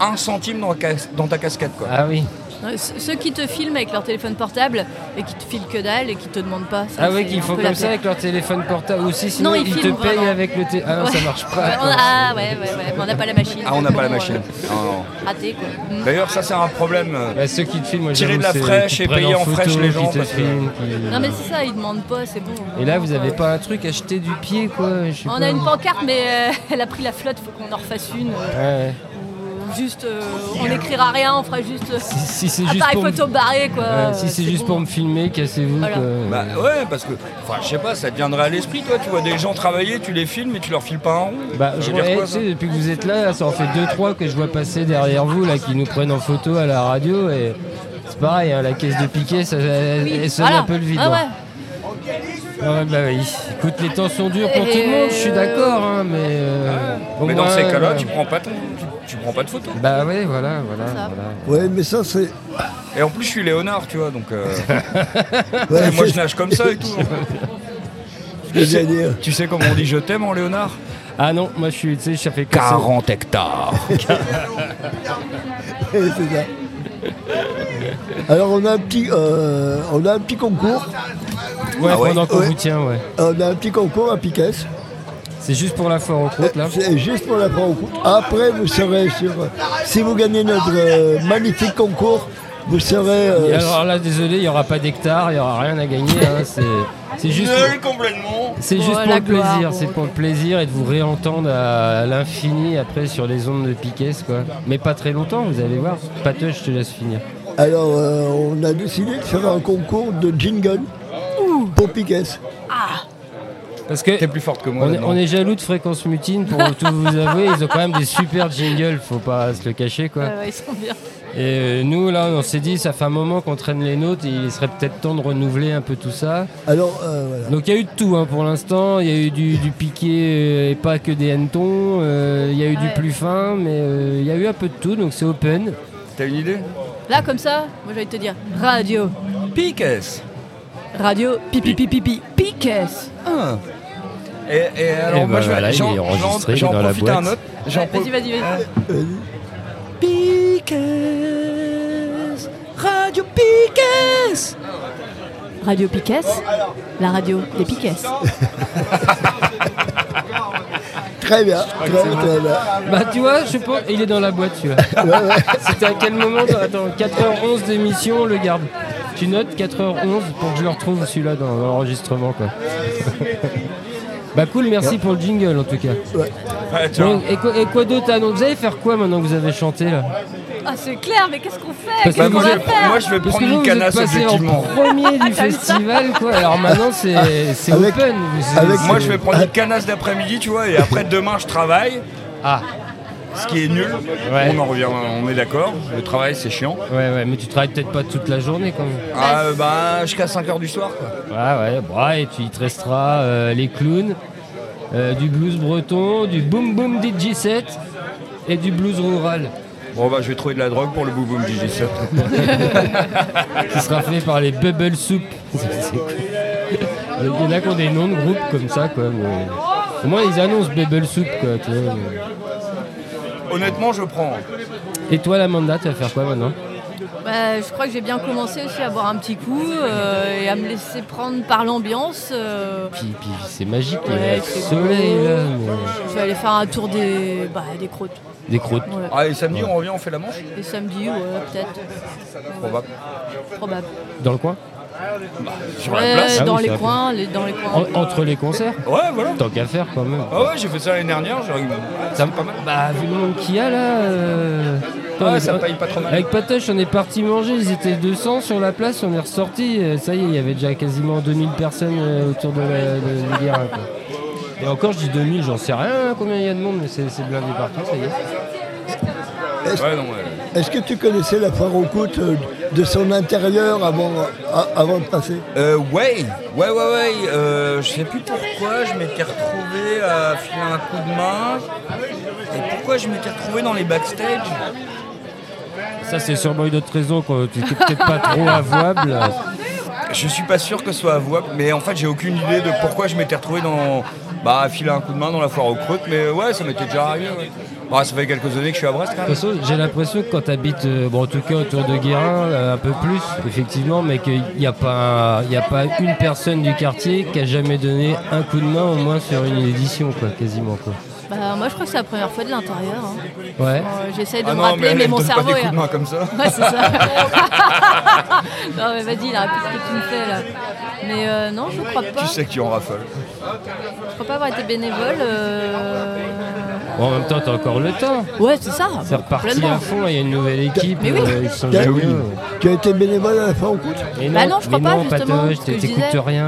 [SPEAKER 1] un centime dans, la cas- dans ta casquette, quoi.
[SPEAKER 2] Ah oui,
[SPEAKER 3] Ouais, c- Ceux qui te filment avec leur téléphone portable et qui te filent que dalle et qui te demandent pas. ça,
[SPEAKER 2] ah oui,
[SPEAKER 3] c'est
[SPEAKER 2] qu'ils
[SPEAKER 3] un
[SPEAKER 2] font
[SPEAKER 3] peu la
[SPEAKER 2] comme ça
[SPEAKER 3] paix.
[SPEAKER 2] avec leur téléphone portable aussi, sinon
[SPEAKER 3] Non, ils
[SPEAKER 2] ils, te payent
[SPEAKER 3] filment vraiment.
[SPEAKER 2] avec le téléphone. Ah non, ça
[SPEAKER 3] Ouais.
[SPEAKER 2] marche
[SPEAKER 3] Ouais,
[SPEAKER 2] pas.
[SPEAKER 3] on
[SPEAKER 2] quoi.
[SPEAKER 3] a- ah ouais, ouais, ouais, mais on n'a pas la machine.
[SPEAKER 1] Ah, on n'a
[SPEAKER 3] donc
[SPEAKER 1] pas la
[SPEAKER 3] bon,
[SPEAKER 1] machine.
[SPEAKER 3] euh,
[SPEAKER 1] Non, non.
[SPEAKER 3] raté quoi. Mm.
[SPEAKER 1] D'ailleurs, ça, c'est un problème. euh,
[SPEAKER 2] Bah, ceux qui te filment, moi,
[SPEAKER 1] Tirer de
[SPEAKER 2] j'avoue,
[SPEAKER 1] la
[SPEAKER 2] c'est-
[SPEAKER 1] fraîche
[SPEAKER 2] qui
[SPEAKER 1] et
[SPEAKER 2] te prennent
[SPEAKER 1] payer en
[SPEAKER 2] photo,
[SPEAKER 1] fraîche les
[SPEAKER 2] qui
[SPEAKER 1] gens,
[SPEAKER 2] te
[SPEAKER 1] parce que-
[SPEAKER 2] filment, qui-
[SPEAKER 3] Non mais c'est ça, ils demandent pas, c'est bon.
[SPEAKER 2] Et là, vous avez pas un truc à jeter du pied, quoi je sais
[SPEAKER 3] On
[SPEAKER 2] pas.
[SPEAKER 3] a une pancarte, mais euh, [LAUGHS] elle a pris la flotte, faut qu'on en refasse une. euh,
[SPEAKER 2] Ouais.
[SPEAKER 3] ou Juste, euh, on n'écrira rien, on fera juste euh,
[SPEAKER 2] Si, si c'est juste
[SPEAKER 3] appareil
[SPEAKER 2] pour, me-
[SPEAKER 3] photo barré quoi.
[SPEAKER 2] Ouais, si c'est juste
[SPEAKER 3] Euh, bon.
[SPEAKER 2] pour me filmer, cassez-vous.
[SPEAKER 3] Voilà.
[SPEAKER 2] quoi.
[SPEAKER 1] Bah ouais, parce que, enfin, je sais pas, ça te viendrait à l'esprit, toi. Tu vois des gens travailler, tu les filmes et tu leur files pas un rond.
[SPEAKER 2] Bah,
[SPEAKER 1] Ça
[SPEAKER 2] je
[SPEAKER 1] veut dire
[SPEAKER 2] vois-
[SPEAKER 1] quoi,
[SPEAKER 2] tu
[SPEAKER 1] ça
[SPEAKER 2] sais, depuis que vous êtes là, ça en fait 2-3 que je vois passer derrière vous, là, qui nous prennent en photo à la radio. Et c'est pareil, hein, la caisse de piquet, ça, elle,
[SPEAKER 3] Oui,
[SPEAKER 2] elle sonne
[SPEAKER 3] voilà.
[SPEAKER 2] un peu le vide.
[SPEAKER 3] Ah
[SPEAKER 2] hein.
[SPEAKER 3] ouais.
[SPEAKER 2] Ouais, bah oui. Écoute, les temps sont durs pour
[SPEAKER 3] Et-
[SPEAKER 2] tout le monde, je suis d'accord, hein, mais. euh, au
[SPEAKER 1] Mais dans
[SPEAKER 2] moins,
[SPEAKER 1] ces cas-là,
[SPEAKER 2] euh,
[SPEAKER 1] tu prends pas ton- tu, tu prends pas de
[SPEAKER 2] [LAUGHS]
[SPEAKER 1] photos.
[SPEAKER 2] Bah ouais, voilà, voilà,
[SPEAKER 3] ça.
[SPEAKER 2] voilà.
[SPEAKER 4] Ouais, mais ça, c'est.
[SPEAKER 1] Et en plus, je suis Léonard, tu vois, donc
[SPEAKER 2] [LAUGHS]
[SPEAKER 1] euh,
[SPEAKER 4] ouais,
[SPEAKER 1] moi je
[SPEAKER 4] c'est
[SPEAKER 1] nage
[SPEAKER 4] [LAUGHS]
[SPEAKER 1] comme ça et tout.
[SPEAKER 4] ce que j'allais dire.
[SPEAKER 1] tu sais comment on dit je t'aime en Léonard
[SPEAKER 2] Ah non, moi je suis, tu sais, ça fait que ça.
[SPEAKER 1] 40 hectares.
[SPEAKER 4] Ouais, c'est ça. Alors, on a un petit, euh, on a un petit concours.
[SPEAKER 2] Ouais,
[SPEAKER 1] Ah ouais,
[SPEAKER 2] pendant qu'on
[SPEAKER 4] ouais.
[SPEAKER 2] vous tient, ouais.
[SPEAKER 4] On a un petit concours à Piquet.
[SPEAKER 2] C'est juste pour la foire en croûte, là.
[SPEAKER 1] Euh,
[SPEAKER 4] C'est juste pour la prendre. Après, vous serez sur. Si vous gagnez notre euh, magnifique concours, vous serez. euh,
[SPEAKER 2] Et alors là, désolé, il n'y aura pas d'hectare, il n'y aura rien à gagner. hein, c'est- C'est juste.
[SPEAKER 1] complètement.
[SPEAKER 2] C'est
[SPEAKER 3] Bon,
[SPEAKER 2] juste pour
[SPEAKER 3] Oh, la
[SPEAKER 2] le plaisir,
[SPEAKER 3] gloire, bon.
[SPEAKER 2] c'est pour le plaisir et de vous réentendre à l'infini après sur les ondes de Piquet, quoi. Mais pas très longtemps, vous allez voir. Pateux, je te laisse finir.
[SPEAKER 4] Alors, euh, on a décidé de faire un concours de jingle pour Piquet.
[SPEAKER 2] Parce que
[SPEAKER 1] T'es plus forte que moi.
[SPEAKER 2] on est,
[SPEAKER 1] là-dedans.
[SPEAKER 2] on est jaloux de Fréquence Mutine, pour tout vous avouer, ils ont quand même des super jingles, faut pas se le cacher, quoi.
[SPEAKER 3] Ah [LAUGHS] ouais, ils sont bien.
[SPEAKER 2] Et euh, nous, là, on s'est dit, ça fait un moment qu'on traîne les nôtres, et il serait peut-être temps de renouveler un peu tout ça.
[SPEAKER 4] Alors, euh, voilà.
[SPEAKER 2] Donc il y a eu de tout hein, pour l'instant, il y a eu du, du piqué euh, et pas que des hannetons, euh, il y a eu
[SPEAKER 3] Ouais.
[SPEAKER 2] du plus fin, mais euh, il y a eu un peu de tout, donc c'est open.
[SPEAKER 1] T'as une idée
[SPEAKER 3] Là, comme ça, moi j'allais te dire radio,
[SPEAKER 1] Piquesse.
[SPEAKER 3] radio, pipi pipi pipi, piquesse.
[SPEAKER 1] Ah. Et, et alors,
[SPEAKER 2] Eh
[SPEAKER 1] moi
[SPEAKER 2] ben
[SPEAKER 1] je
[SPEAKER 2] voilà,
[SPEAKER 1] vais
[SPEAKER 2] il
[SPEAKER 1] j'en-
[SPEAKER 2] est enregistré,
[SPEAKER 1] j'en- j'en
[SPEAKER 2] il est dans la
[SPEAKER 1] profite
[SPEAKER 2] boîte.
[SPEAKER 1] un autre. J'en
[SPEAKER 3] Ouais, Vas-y,
[SPEAKER 1] pro-
[SPEAKER 3] vas-y, vas-y.
[SPEAKER 1] Piquesse, Radio Piquesse.
[SPEAKER 3] Radio piquesse, la radio des piquesses.
[SPEAKER 4] Très bien, très, très bien.
[SPEAKER 2] Bah tu vois, je pense, il est dans la boîte
[SPEAKER 4] [LAUGHS]
[SPEAKER 2] tu vois. C'était à quel moment dans- Attends, 4h11 d'émission, on le garde. Tu notes 4h11 pour que je le retrouve celui-là dans, dans l'enregistrement quoi. [LAUGHS] bah cool, merci pour le jingle en tout cas.
[SPEAKER 1] Ah,
[SPEAKER 2] Donc, et, quoi, et quoi d'autre ah, Donc vous allez faire quoi maintenant que vous avez chanté là
[SPEAKER 3] Ah, c'est clair, mais qu'est-ce qu'on fait
[SPEAKER 2] Parce
[SPEAKER 3] Qu'est-ce
[SPEAKER 2] que
[SPEAKER 3] qu'on
[SPEAKER 1] Bah, moi,
[SPEAKER 3] va
[SPEAKER 1] je, moi, je
[SPEAKER 3] faire
[SPEAKER 1] vais
[SPEAKER 2] Parce
[SPEAKER 1] prendre
[SPEAKER 2] que vous,
[SPEAKER 1] une
[SPEAKER 2] vous êtes
[SPEAKER 1] canasse
[SPEAKER 2] passé en
[SPEAKER 1] objectivement. [LAUGHS]
[SPEAKER 2] premier du
[SPEAKER 3] T'as vu ça
[SPEAKER 2] festival quoi. Alors maintenant c'est c'est
[SPEAKER 4] Avec-
[SPEAKER 2] open. vous-
[SPEAKER 4] avec-
[SPEAKER 2] c'est-
[SPEAKER 1] Moi je vais prendre une canasse d'après-midi, tu vois, et après demain je travaille,
[SPEAKER 2] Ah
[SPEAKER 1] ce qui est nul.
[SPEAKER 2] Ouais.
[SPEAKER 1] On en revient, on est d'accord. Le travail c'est chiant.
[SPEAKER 2] ouais ouais, mais tu travailles peut-être pas toute la journée quand même.
[SPEAKER 1] Ah, euh, bah jusqu'à 5h du soir quoi.
[SPEAKER 2] Ouais, ouais, bon, et tu il te restera euh, les clowns, euh, du blues breton, du boom boom DJ7 et du blues rural
[SPEAKER 1] Bon bah je vais trouver de la drogue pour le boum boum DJ7.
[SPEAKER 2] qui sera fait par les Bubble Soup. [LAUGHS] C'est- c'est cool. Il y en a qui ont des noms de groupes comme ça, quoi. mais- Au moins, ils annoncent Bubble Soup, quoi. tu vois, mais-
[SPEAKER 1] Honnêtement je prends.
[SPEAKER 2] Et toi, l'Amanda, tu vas faire quoi maintenant
[SPEAKER 3] Bah, Je crois que j'ai bien commencé aussi à boire un petit coup euh, et à me laisser prendre par l'ambiance. euh.
[SPEAKER 2] Puis, puis c'est magique, il y a
[SPEAKER 3] Ouais,
[SPEAKER 2] le
[SPEAKER 3] c'est
[SPEAKER 2] soleil,
[SPEAKER 3] beau.
[SPEAKER 2] là. mais-
[SPEAKER 3] Je vais aller faire un tour des, bah, des crottes.
[SPEAKER 2] Des croûtes.
[SPEAKER 3] Ouais.
[SPEAKER 1] Ah et samedi on revient, on fait la manche
[SPEAKER 3] Et samedi, ouais, peut-être,
[SPEAKER 1] Probable.
[SPEAKER 3] probable.
[SPEAKER 2] Dans le coin
[SPEAKER 1] Sur la
[SPEAKER 3] Ouais,
[SPEAKER 1] place. Oh.
[SPEAKER 2] Ah
[SPEAKER 3] dans,
[SPEAKER 2] oui,
[SPEAKER 3] les
[SPEAKER 2] ça va.
[SPEAKER 3] coins, les, dans les coins,
[SPEAKER 2] En- Entre les concerts
[SPEAKER 1] Ouais voilà.
[SPEAKER 2] Tant qu'à faire, quand même.
[SPEAKER 1] Ah ouais j'ai fait ça l'année dernière, j'ai
[SPEAKER 2] Ça me Bah, vu le monde qu'il y a là. euh,
[SPEAKER 1] Ah,
[SPEAKER 2] on-
[SPEAKER 1] ça paye pas trop mal.
[SPEAKER 2] Avec Patoche, on est parti manger, ils étaient 200 sur la place, on est ressorti. euh, Ça y est, il y avait déjà quasiment 2000 personnes euh, autour de la de- du Guérin, quoi. Et encore, je dis 2000, j'en sais rien hein, combien il y a de monde, mais c'est c'est blindé partout, ça y est.
[SPEAKER 1] Ouais non ouais.
[SPEAKER 4] Est-ce que tu connaissais la foire aux côtes euh, de son intérieur avant, euh, a- avant de passer
[SPEAKER 1] Euh, ouais, ouais, ouais, ouais. euh, je sais plus pourquoi je m'étais retrouvé à filer un coup de main. Et pourquoi je m'étais retrouvé dans les backstage
[SPEAKER 2] Ça, c'est sûrement une autre raison, quoi. Tu t'es peut-être [LAUGHS] pas trop avouable.
[SPEAKER 1] Je suis pas sûr que ce soit avouable, mais en fait j'ai aucune idée de pourquoi je m'étais retrouvé dans. Bah, à filer un coup de main dans la foire aux crottes, mais ouais, ça m'était déjà arrivé. ouais. Bah, ça fait quelques années que je suis à Brest hein. quand
[SPEAKER 2] De
[SPEAKER 1] même.
[SPEAKER 2] toute façon, j'ai l'impression que quand tu habites, bon, en tout cas autour de Guérin, euh, un peu plus, effectivement, mais qu'il n'y a, pas un- il y a pas une personne du quartier qui a jamais donné un coup de main au moins sur une édition, quoi, quasiment. Quoi.
[SPEAKER 3] Bah, moi, je crois que c'est la première fois de l'intérieur. hein.
[SPEAKER 2] Ouais.
[SPEAKER 3] Euh, J'essaie de
[SPEAKER 1] Ah
[SPEAKER 3] me
[SPEAKER 1] non,
[SPEAKER 3] rappeler,
[SPEAKER 1] mais
[SPEAKER 3] mais,
[SPEAKER 1] elle, elle
[SPEAKER 3] mon
[SPEAKER 1] donne
[SPEAKER 3] cerveau
[SPEAKER 1] pas des
[SPEAKER 3] est.
[SPEAKER 1] coups de main comme ça.
[SPEAKER 3] [LAUGHS] Ouais, c'est ça. [LAUGHS] non, mais vas-y, là, qu'est-ce que tu me fais là Mais euh, non, je crois pas.
[SPEAKER 1] Tu sais que tu en raffoles.
[SPEAKER 3] Je crois pas avoir été bénévole. euh,
[SPEAKER 2] Bon, en même temps, t'as encore le temps.
[SPEAKER 3] Ouais, c'est ça.
[SPEAKER 2] C'est reparti hein.
[SPEAKER 3] complètement.
[SPEAKER 2] à fond, il y a une nouvelle équipe.
[SPEAKER 3] Mais oui.
[SPEAKER 2] euh, ils sont
[SPEAKER 4] T'as-
[SPEAKER 2] géniaux.
[SPEAKER 4] Tu as été bénévole à la fin en compte
[SPEAKER 2] Mais
[SPEAKER 3] Bah non, je crois
[SPEAKER 2] mais
[SPEAKER 3] pas,
[SPEAKER 2] non,
[SPEAKER 3] justement,
[SPEAKER 2] Patoche,
[SPEAKER 3] ce que je
[SPEAKER 2] t'écoutes
[SPEAKER 3] disais.
[SPEAKER 2] rien.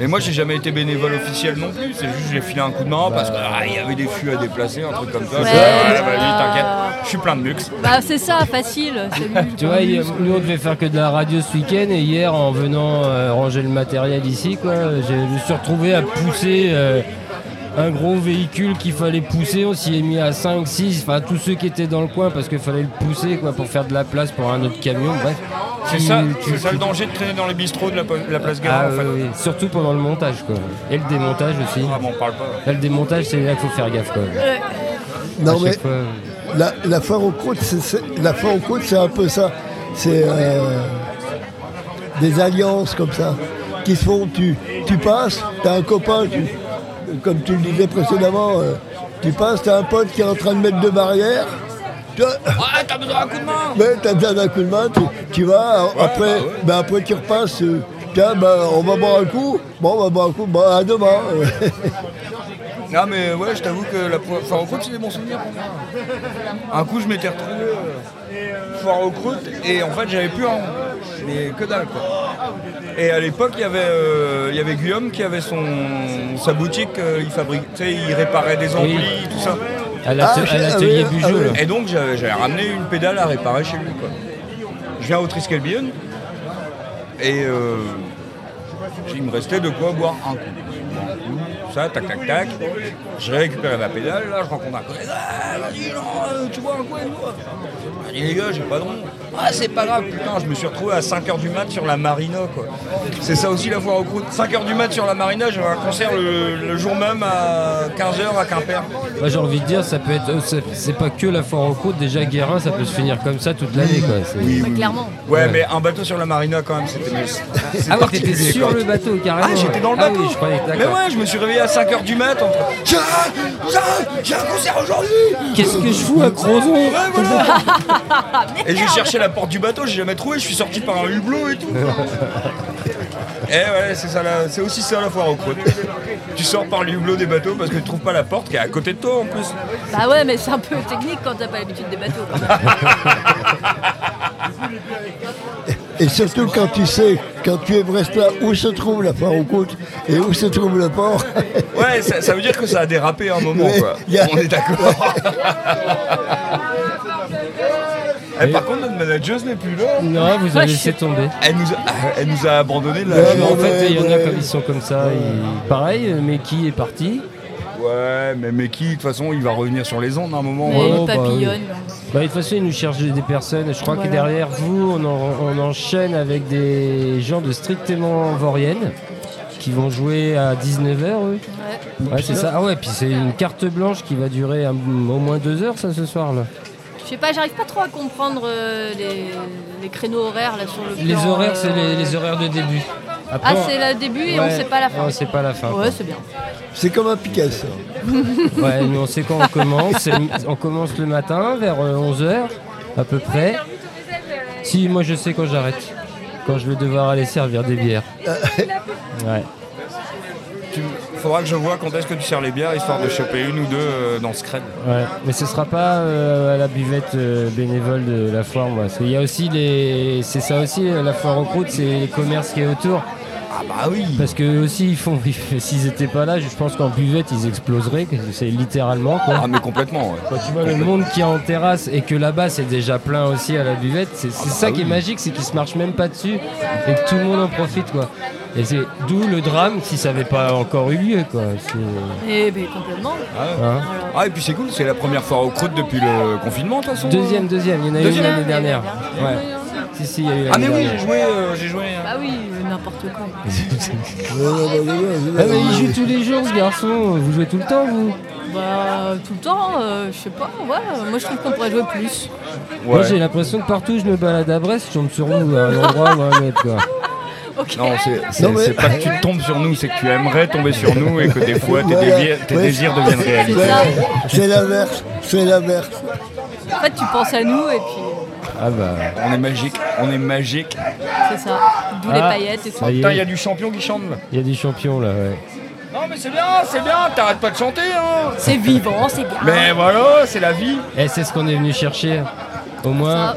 [SPEAKER 1] Et moi, j'ai jamais été bénévole officiel non plus. C'est juste j'ai filé un coup de main parce qu'il y avait des fûts à déplacer, un truc comme ça.
[SPEAKER 3] Ouais,
[SPEAKER 1] Je dis, ah,
[SPEAKER 3] mais-
[SPEAKER 1] vas-y, t'inquiète, je suis plein de luxe.
[SPEAKER 3] Bah, c'est ça, facile. c'est nul.
[SPEAKER 2] Tu vois, il- nous on devait faire que de la radio ce week-end et hier en venant euh, ranger le matériel ici, quoi, j'ai- je me suis retrouvé à pousser euh, un gros véhicule qu'il fallait pousser. On s'y est mis à 5, 6, enfin tous ceux qui étaient dans le coin parce qu'il fallait le pousser quoi, pour faire de la place pour un autre camion. Bref,
[SPEAKER 1] C'est
[SPEAKER 2] Qui-
[SPEAKER 1] ça,
[SPEAKER 2] qui-
[SPEAKER 1] c'est ça le
[SPEAKER 2] qui-
[SPEAKER 1] danger de traîner dans les bistrots de la, de la place
[SPEAKER 2] Ah,
[SPEAKER 1] Gare. en fait.
[SPEAKER 2] oui, oui. Surtout pendant le montage quoi. Et le démontage aussi.
[SPEAKER 1] Ah, m'en parle pas.
[SPEAKER 2] Là, le démontage, c'est là qu'il faut faire gaffe quoi.
[SPEAKER 3] Ouais.
[SPEAKER 2] À
[SPEAKER 4] Non mais
[SPEAKER 2] chaque fois, euh,
[SPEAKER 4] la, la foire aux côtes, c'est- c'est- la foire aux côtes, c'est un peu ça. C'est euh, des alliances comme ça qui se font. Tu, tu passes, t'as un copain, tu- comme tu le disais précédemment, euh, tu passes, t'as un pote qui est en train de mettre deux barrières. Tu vois,
[SPEAKER 1] Ah, t'as besoin d'un coup de main
[SPEAKER 4] Ouais, t'as besoin d'un coup de main, tu, tu vas, après,
[SPEAKER 1] bah ouais.
[SPEAKER 4] bah, après tu repasses, euh, tiens, bah, on va boire un coup, bon, on va boire un coup, bah, à demain.
[SPEAKER 1] Non, mais ouais, je t'avoue que la fois- foire aux croûtes, c'est des bons souvenirs pour moi. Un coup, je m'étais retrouvé euh, foire aux croûtes et en fait, j'avais plus un rond. Mais que dalle, quoi. Et à l'époque, il y avait, euh, il y avait Guillaume qui avait son, sa boutique, euh, il fabriquait, tu sais, il réparait des amplis,
[SPEAKER 2] Oui.
[SPEAKER 1] tout ça.
[SPEAKER 2] à l'atte-
[SPEAKER 4] Ah,
[SPEAKER 2] à l'atelier
[SPEAKER 4] ah oui,
[SPEAKER 2] Bugeaud,
[SPEAKER 4] ah
[SPEAKER 2] là.
[SPEAKER 4] oui.
[SPEAKER 1] Et donc j'avais j'avais ramené une pédale à réparer chez lui. Quoi. Je viens au Triskelbion et euh, il me restait de quoi boire un coup. Bon, Ça, tac, tac, tac. Je récupère ma pédale, là je rencontre un collègue. Ah, vas-y, non, euh, tu bois un coup avec moi Je dis, les gars, j'ai pas de rond. Ah, c'est pas grave, putain, je me suis retrouvé à 5h du mat sur la Marina, quoi. C'est ça aussi la foire aux croûtes. 5h du mat sur la Marina, j'avais un concert le, le jour même à 15h à Quimper.
[SPEAKER 2] Moi j'ai envie de dire, ça peut être, euh, c'est- c'est pas que la foire aux côtes. Déjà Guérin, ça peut se finir comme ça toute l'année quoi. C'est-
[SPEAKER 3] Mais clairement.
[SPEAKER 1] Ouais, mais un bateau sur la marina quand même, c'était mieux.
[SPEAKER 2] Ah ouais, t'étais sur le bateau carrément.
[SPEAKER 1] Ah, j'étais dans le
[SPEAKER 2] Ah
[SPEAKER 1] bateau.
[SPEAKER 2] oui, je croyais que
[SPEAKER 1] mais
[SPEAKER 2] d'accord.
[SPEAKER 1] ouais, je me suis réveillé à 5h du mat. entre- Tiens, tiens, j'ai un concert aujourd'hui.
[SPEAKER 2] Qu'est-ce que je fous à Crozon
[SPEAKER 1] Ouais, voilà.
[SPEAKER 2] [LAUGHS]
[SPEAKER 1] et j'ai cherché la porte du bateau, j'ai jamais trouvé. Je suis sorti par un hublot et tout.
[SPEAKER 2] [LAUGHS]
[SPEAKER 1] et ouais, c'est ça, la- c'est aussi ça la foire aux crottes. tu sors par le hublot des bateaux parce que tu trouves pas la porte qui est à côté de toi en plus.
[SPEAKER 3] Bah ouais, mais c'est un peu technique quand t'as pas l'habitude des bateaux. quand même.
[SPEAKER 4] Et surtout quand tu sais, quand tu es presque là, où se trouve la foire aux côtes et où se trouve le port. [LAUGHS]
[SPEAKER 1] Ouais, ça, ça veut dire que ça a dérapé à un moment,
[SPEAKER 4] Ouais,
[SPEAKER 1] quoi.
[SPEAKER 4] y a-
[SPEAKER 1] On est d'accord. Eh, par contre, notre manageuse n'est plus là.
[SPEAKER 2] Non, vous
[SPEAKER 3] Ouais,
[SPEAKER 2] avez
[SPEAKER 3] je
[SPEAKER 2] laissé
[SPEAKER 3] sais
[SPEAKER 2] tomber.
[SPEAKER 1] Elle nous a, elle nous a abandonné là.
[SPEAKER 4] Ouais,
[SPEAKER 2] Mais en
[SPEAKER 4] ouais,
[SPEAKER 2] fait, il y en a
[SPEAKER 4] ouais.
[SPEAKER 2] comme ils sont comme ça. ils- Pareil, mais qui est parti
[SPEAKER 1] Ouais, mais Meki, de toute façon, il va revenir sur les ondes à un moment.
[SPEAKER 3] Mais
[SPEAKER 1] voilà.
[SPEAKER 2] Oh,
[SPEAKER 3] il
[SPEAKER 2] bah
[SPEAKER 3] papillonne.
[SPEAKER 2] Bah, de toute façon, ils nous cherchent des personnes. et Je crois
[SPEAKER 3] Voilà.
[SPEAKER 2] que derrière vous, on, en- on enchaîne avec des gens de strictement Vorienne qui vont jouer à 19h, eux.
[SPEAKER 3] Ouais.
[SPEAKER 2] Ouais, c'est ça. Ah ouais, puis c'est une carte blanche qui va durer un- au moins deux heures, ça, ce soir, là.
[SPEAKER 3] Je sais pas, j'arrive pas trop à comprendre euh, les, les créneaux horaires là sur le
[SPEAKER 2] Les
[SPEAKER 3] plan,
[SPEAKER 2] horaires, c'est
[SPEAKER 3] euh,
[SPEAKER 2] les, les horaires de début.
[SPEAKER 3] Ah,
[SPEAKER 2] Après, on-
[SPEAKER 3] c'est le début et
[SPEAKER 2] Ouais,
[SPEAKER 3] on sait pas la fin.
[SPEAKER 2] On sait pas la fin.
[SPEAKER 3] Ouais, c'est bien.
[SPEAKER 4] C'est comme un Picasso.
[SPEAKER 2] quoi. Ouais, nous, on sait quand on commence. C'est- on commence le matin vers 11h, à peu près. Si, moi, je sais quand j'arrête. Quand je vais devoir aller servir des bières. Ouais.
[SPEAKER 1] Tu- Faudra que je vois quand est-ce que tu sers les bières histoire de choper une ou deux euh, dans ce crêpe.
[SPEAKER 2] Ouais, mais ce sera pas euh, à la buvette euh, bénévole de la foire, moi. Parce qu'il y a aussi les, c'est ça aussi euh, la foire aux croûtes, c'est les commerces qui est autour.
[SPEAKER 1] Ah bah oui.
[SPEAKER 2] Parce que eux aussi ils font, [LAUGHS] s'ils étaient pas là, je pense qu'en buvette ils exploseraient, que c'est littéralement quoi.
[SPEAKER 1] Ah mais complètement. ouais.
[SPEAKER 2] Quand tu vois le monde qui est en terrasse et que là-bas c'est déjà plein aussi à la buvette, c'est
[SPEAKER 1] Ah bah
[SPEAKER 2] c'est ça qui est magique, c'est qu'ils se marchent même pas dessus et que tout le monde en profite quoi. Et c'est d'où le drame si ça avait pas encore eu lieu quoi. C'est- euh,
[SPEAKER 3] Et ben complètement.
[SPEAKER 2] hein.
[SPEAKER 1] Ah et puis c'est cool, c'est la première fois aux croûtes depuis le confinement de toute façon.
[SPEAKER 2] Deuxième, deuxième, il y en a eu une
[SPEAKER 1] Deuxième.
[SPEAKER 2] l'année dernière. Ouais. Si, si, il y a eu l'année
[SPEAKER 1] Ah mais oui,
[SPEAKER 2] dernière.
[SPEAKER 1] j'ai joué, euh, j'ai joué. hein.
[SPEAKER 3] Bah oui, euh, n'importe quoi.
[SPEAKER 2] Ah, mais il joue tous les jours ce garçon, vous jouez tout le temps vous
[SPEAKER 3] Bah tout le temps, euh, je sais pas, ouais, euh, moi je trouve qu'on pourrait jouer plus.
[SPEAKER 2] Moi
[SPEAKER 1] Ouais.
[SPEAKER 2] j'ai l'impression que partout où je me balade à Brest, je tombe sur vous à un endroit ou à un autre quoi.
[SPEAKER 3] Ok.
[SPEAKER 1] Non, c'est c'est-
[SPEAKER 4] Non, mais-
[SPEAKER 1] c'est pas que tu tombes sur nous, c'est que tu aimerais tomber sur nous et que des fois tes,
[SPEAKER 4] Voilà.
[SPEAKER 1] dévi- tes
[SPEAKER 4] Ouais.
[SPEAKER 1] désirs deviennent réalité.
[SPEAKER 3] ça.
[SPEAKER 4] C'est l'inverse, c'est l'inverse.
[SPEAKER 3] En fait, tu penses à nous et puis euh,
[SPEAKER 2] Ah bah.
[SPEAKER 1] On est magique, on est magique.
[SPEAKER 3] c'est ça. D'où les
[SPEAKER 2] Ah,
[SPEAKER 3] paillettes et tout.
[SPEAKER 2] ça y est.
[SPEAKER 1] Putain, il y a du champion qui chante là.
[SPEAKER 2] Il y a des champions là, ouais.
[SPEAKER 1] Non mais c'est bien, c'est bien, t'arrêtes pas de chanter, hein Ah.
[SPEAKER 3] C'est vivant, c'est bien.
[SPEAKER 1] Mais voilà, c'est la vie.
[SPEAKER 2] Et Eh, c'est ce qu'on est venu chercher. Au moins,
[SPEAKER 3] Ça.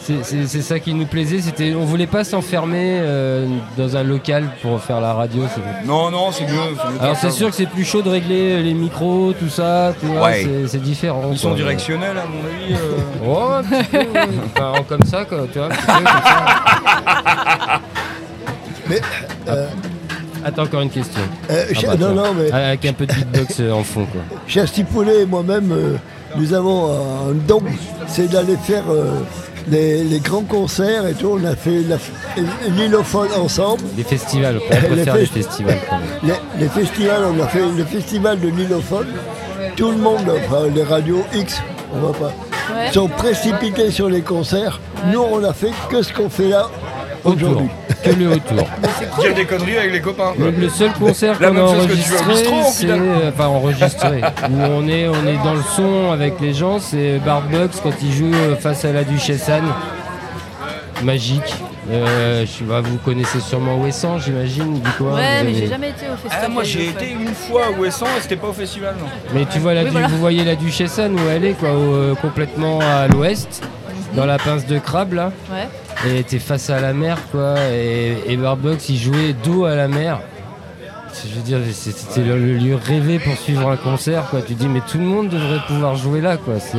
[SPEAKER 2] c'est- c'est c'est ça qui nous plaisait. C'était, on voulait pas s'enfermer euh, dans un local pour faire la radio. c'est-
[SPEAKER 1] Non, non, c'est mieux. mieux
[SPEAKER 2] Alors
[SPEAKER 1] comme ça.
[SPEAKER 2] c'est sûr que c'est plus chaud de régler euh, les micros, tout ça. tu vois,
[SPEAKER 1] Ouais.
[SPEAKER 2] c'est- C'est différent.
[SPEAKER 1] Ils sont
[SPEAKER 2] quoi.
[SPEAKER 1] directionnels, à mon avis. euh.
[SPEAKER 2] Oh, un petit peu,
[SPEAKER 4] [LAUGHS]
[SPEAKER 2] ouais. Enfin, en comme ça, quoi, tu vois. un petit peu, comme ça.
[SPEAKER 4] [LAUGHS] Mais,
[SPEAKER 2] Attends, encore une question.
[SPEAKER 4] euh, Ch-
[SPEAKER 2] bah,
[SPEAKER 4] non,
[SPEAKER 2] tiens.
[SPEAKER 4] non, mais
[SPEAKER 2] Avec un peu de beatbox euh, en fond, quoi.
[SPEAKER 4] Chasty Poulet et moi-même, euh, nous avons un don, c'est d'aller faire euh, les, les grands concerts et tout. On a fait la- l'Ilophone ensemble.
[SPEAKER 2] Des festivals, on peut
[SPEAKER 4] [LAUGHS] Les
[SPEAKER 2] faire des
[SPEAKER 4] fest-
[SPEAKER 2] festivals. quand même.
[SPEAKER 4] Les, les festivals, on a fait le festival de l'Ilophone. Tout le monde, enfin, les radios X, on va pas,
[SPEAKER 3] Ouais.
[SPEAKER 4] sont précipités sur les concerts. Nous, on a fait que ce qu'on fait là aujourd'hui.
[SPEAKER 2] Autour. Que le
[SPEAKER 1] [LAUGHS]
[SPEAKER 2] autour.
[SPEAKER 1] Dire des conneries avec les copains. quoi.
[SPEAKER 2] Le, le seul concert
[SPEAKER 1] La
[SPEAKER 2] qu'on a
[SPEAKER 1] même chose que tu
[SPEAKER 2] enregistré,
[SPEAKER 1] vas au bistrot,
[SPEAKER 2] c'est
[SPEAKER 1] finalement.
[SPEAKER 2] euh,
[SPEAKER 1] [LAUGHS]
[SPEAKER 2] enfin enregistré où on est on est dans le son avec les gens, c'est Barbox quand il joue euh, face à la Duchesse Anne, magique. Euh, je sais pas, vous connaissez sûrement Wesson, j'imagine. Du coup, hein,
[SPEAKER 3] Ouais,
[SPEAKER 2] vous
[SPEAKER 3] mais j'ai
[SPEAKER 2] avez-
[SPEAKER 3] jamais été au festival.
[SPEAKER 1] Ah, moi j'ai
[SPEAKER 3] Ilophone.
[SPEAKER 1] été une fois au Essan et c'était pas au festival, non.
[SPEAKER 2] Mais tu vois, la
[SPEAKER 3] Oui,
[SPEAKER 2] du-
[SPEAKER 3] voilà.
[SPEAKER 2] vous voyez la Duchesse Anne où elle est, quoi, au- euh, complètement à l'ouest, dans la pince de crabe là.
[SPEAKER 3] Ouais.
[SPEAKER 2] et t'es face à la mer quoi et, et Barbox il jouait dos à la mer je veux dire c'était le, le lieu rêvé pour suivre un concert quoi tu dis mais tout le monde devrait pouvoir jouer là quoi c'est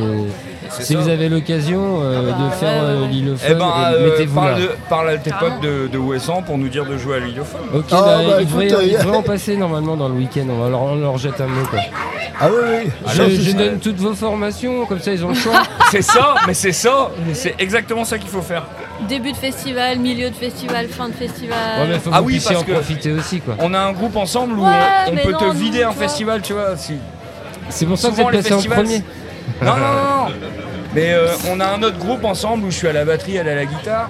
[SPEAKER 2] si
[SPEAKER 1] ça.
[SPEAKER 2] vous avez l'occasion euh,
[SPEAKER 3] Ah bah,
[SPEAKER 2] de faire
[SPEAKER 3] ouais, ouais,
[SPEAKER 2] euh,
[SPEAKER 3] ouais.
[SPEAKER 2] l'Ilophone,
[SPEAKER 1] Eh ben,
[SPEAKER 2] et
[SPEAKER 1] euh,
[SPEAKER 2] mettez-vous là
[SPEAKER 1] parle, de- parle à tes potes de, de Ouessant pour nous dire de jouer à l'idiophone.
[SPEAKER 2] Ok,
[SPEAKER 4] Ah,
[SPEAKER 2] bah,
[SPEAKER 4] bah,
[SPEAKER 2] ils, devraient,
[SPEAKER 4] écoute,
[SPEAKER 2] ils
[SPEAKER 4] euh, [LAUGHS]
[SPEAKER 2] devraient en passer normalement dans le week-end, on, va leur, on leur jette un mot. Quoi.
[SPEAKER 4] Ah oui, oui.
[SPEAKER 2] Je,
[SPEAKER 4] sans
[SPEAKER 2] je
[SPEAKER 4] souci.
[SPEAKER 2] donne toutes vos formations, comme ça ils ont
[SPEAKER 1] [LAUGHS]
[SPEAKER 2] le choix.
[SPEAKER 1] C'est ça, mais c'est ça, mais c'est exactement ça qu'il faut faire.
[SPEAKER 3] Début de festival, milieu de festival, fin de festival.
[SPEAKER 2] ouais, mais faut que
[SPEAKER 1] Ah
[SPEAKER 2] vous
[SPEAKER 1] oui,
[SPEAKER 2] puissiez
[SPEAKER 1] parce
[SPEAKER 2] en
[SPEAKER 1] que-
[SPEAKER 2] profiter aussi. quoi.
[SPEAKER 1] On a un groupe ensemble où
[SPEAKER 3] Ouais,
[SPEAKER 1] on, on
[SPEAKER 3] mais
[SPEAKER 1] peut
[SPEAKER 3] non,
[SPEAKER 1] te
[SPEAKER 3] nous,
[SPEAKER 1] vider un
[SPEAKER 3] tu vois.
[SPEAKER 1] festival, tu vois. si-
[SPEAKER 2] C'est pour ça que vous
[SPEAKER 1] Souvent
[SPEAKER 2] êtes
[SPEAKER 1] les
[SPEAKER 2] passé en
[SPEAKER 1] festivals.
[SPEAKER 2] premier.
[SPEAKER 1] c'est- Non, non, non, non. Mais euh, on a un autre groupe ensemble où je suis à la batterie, elle à la guitare.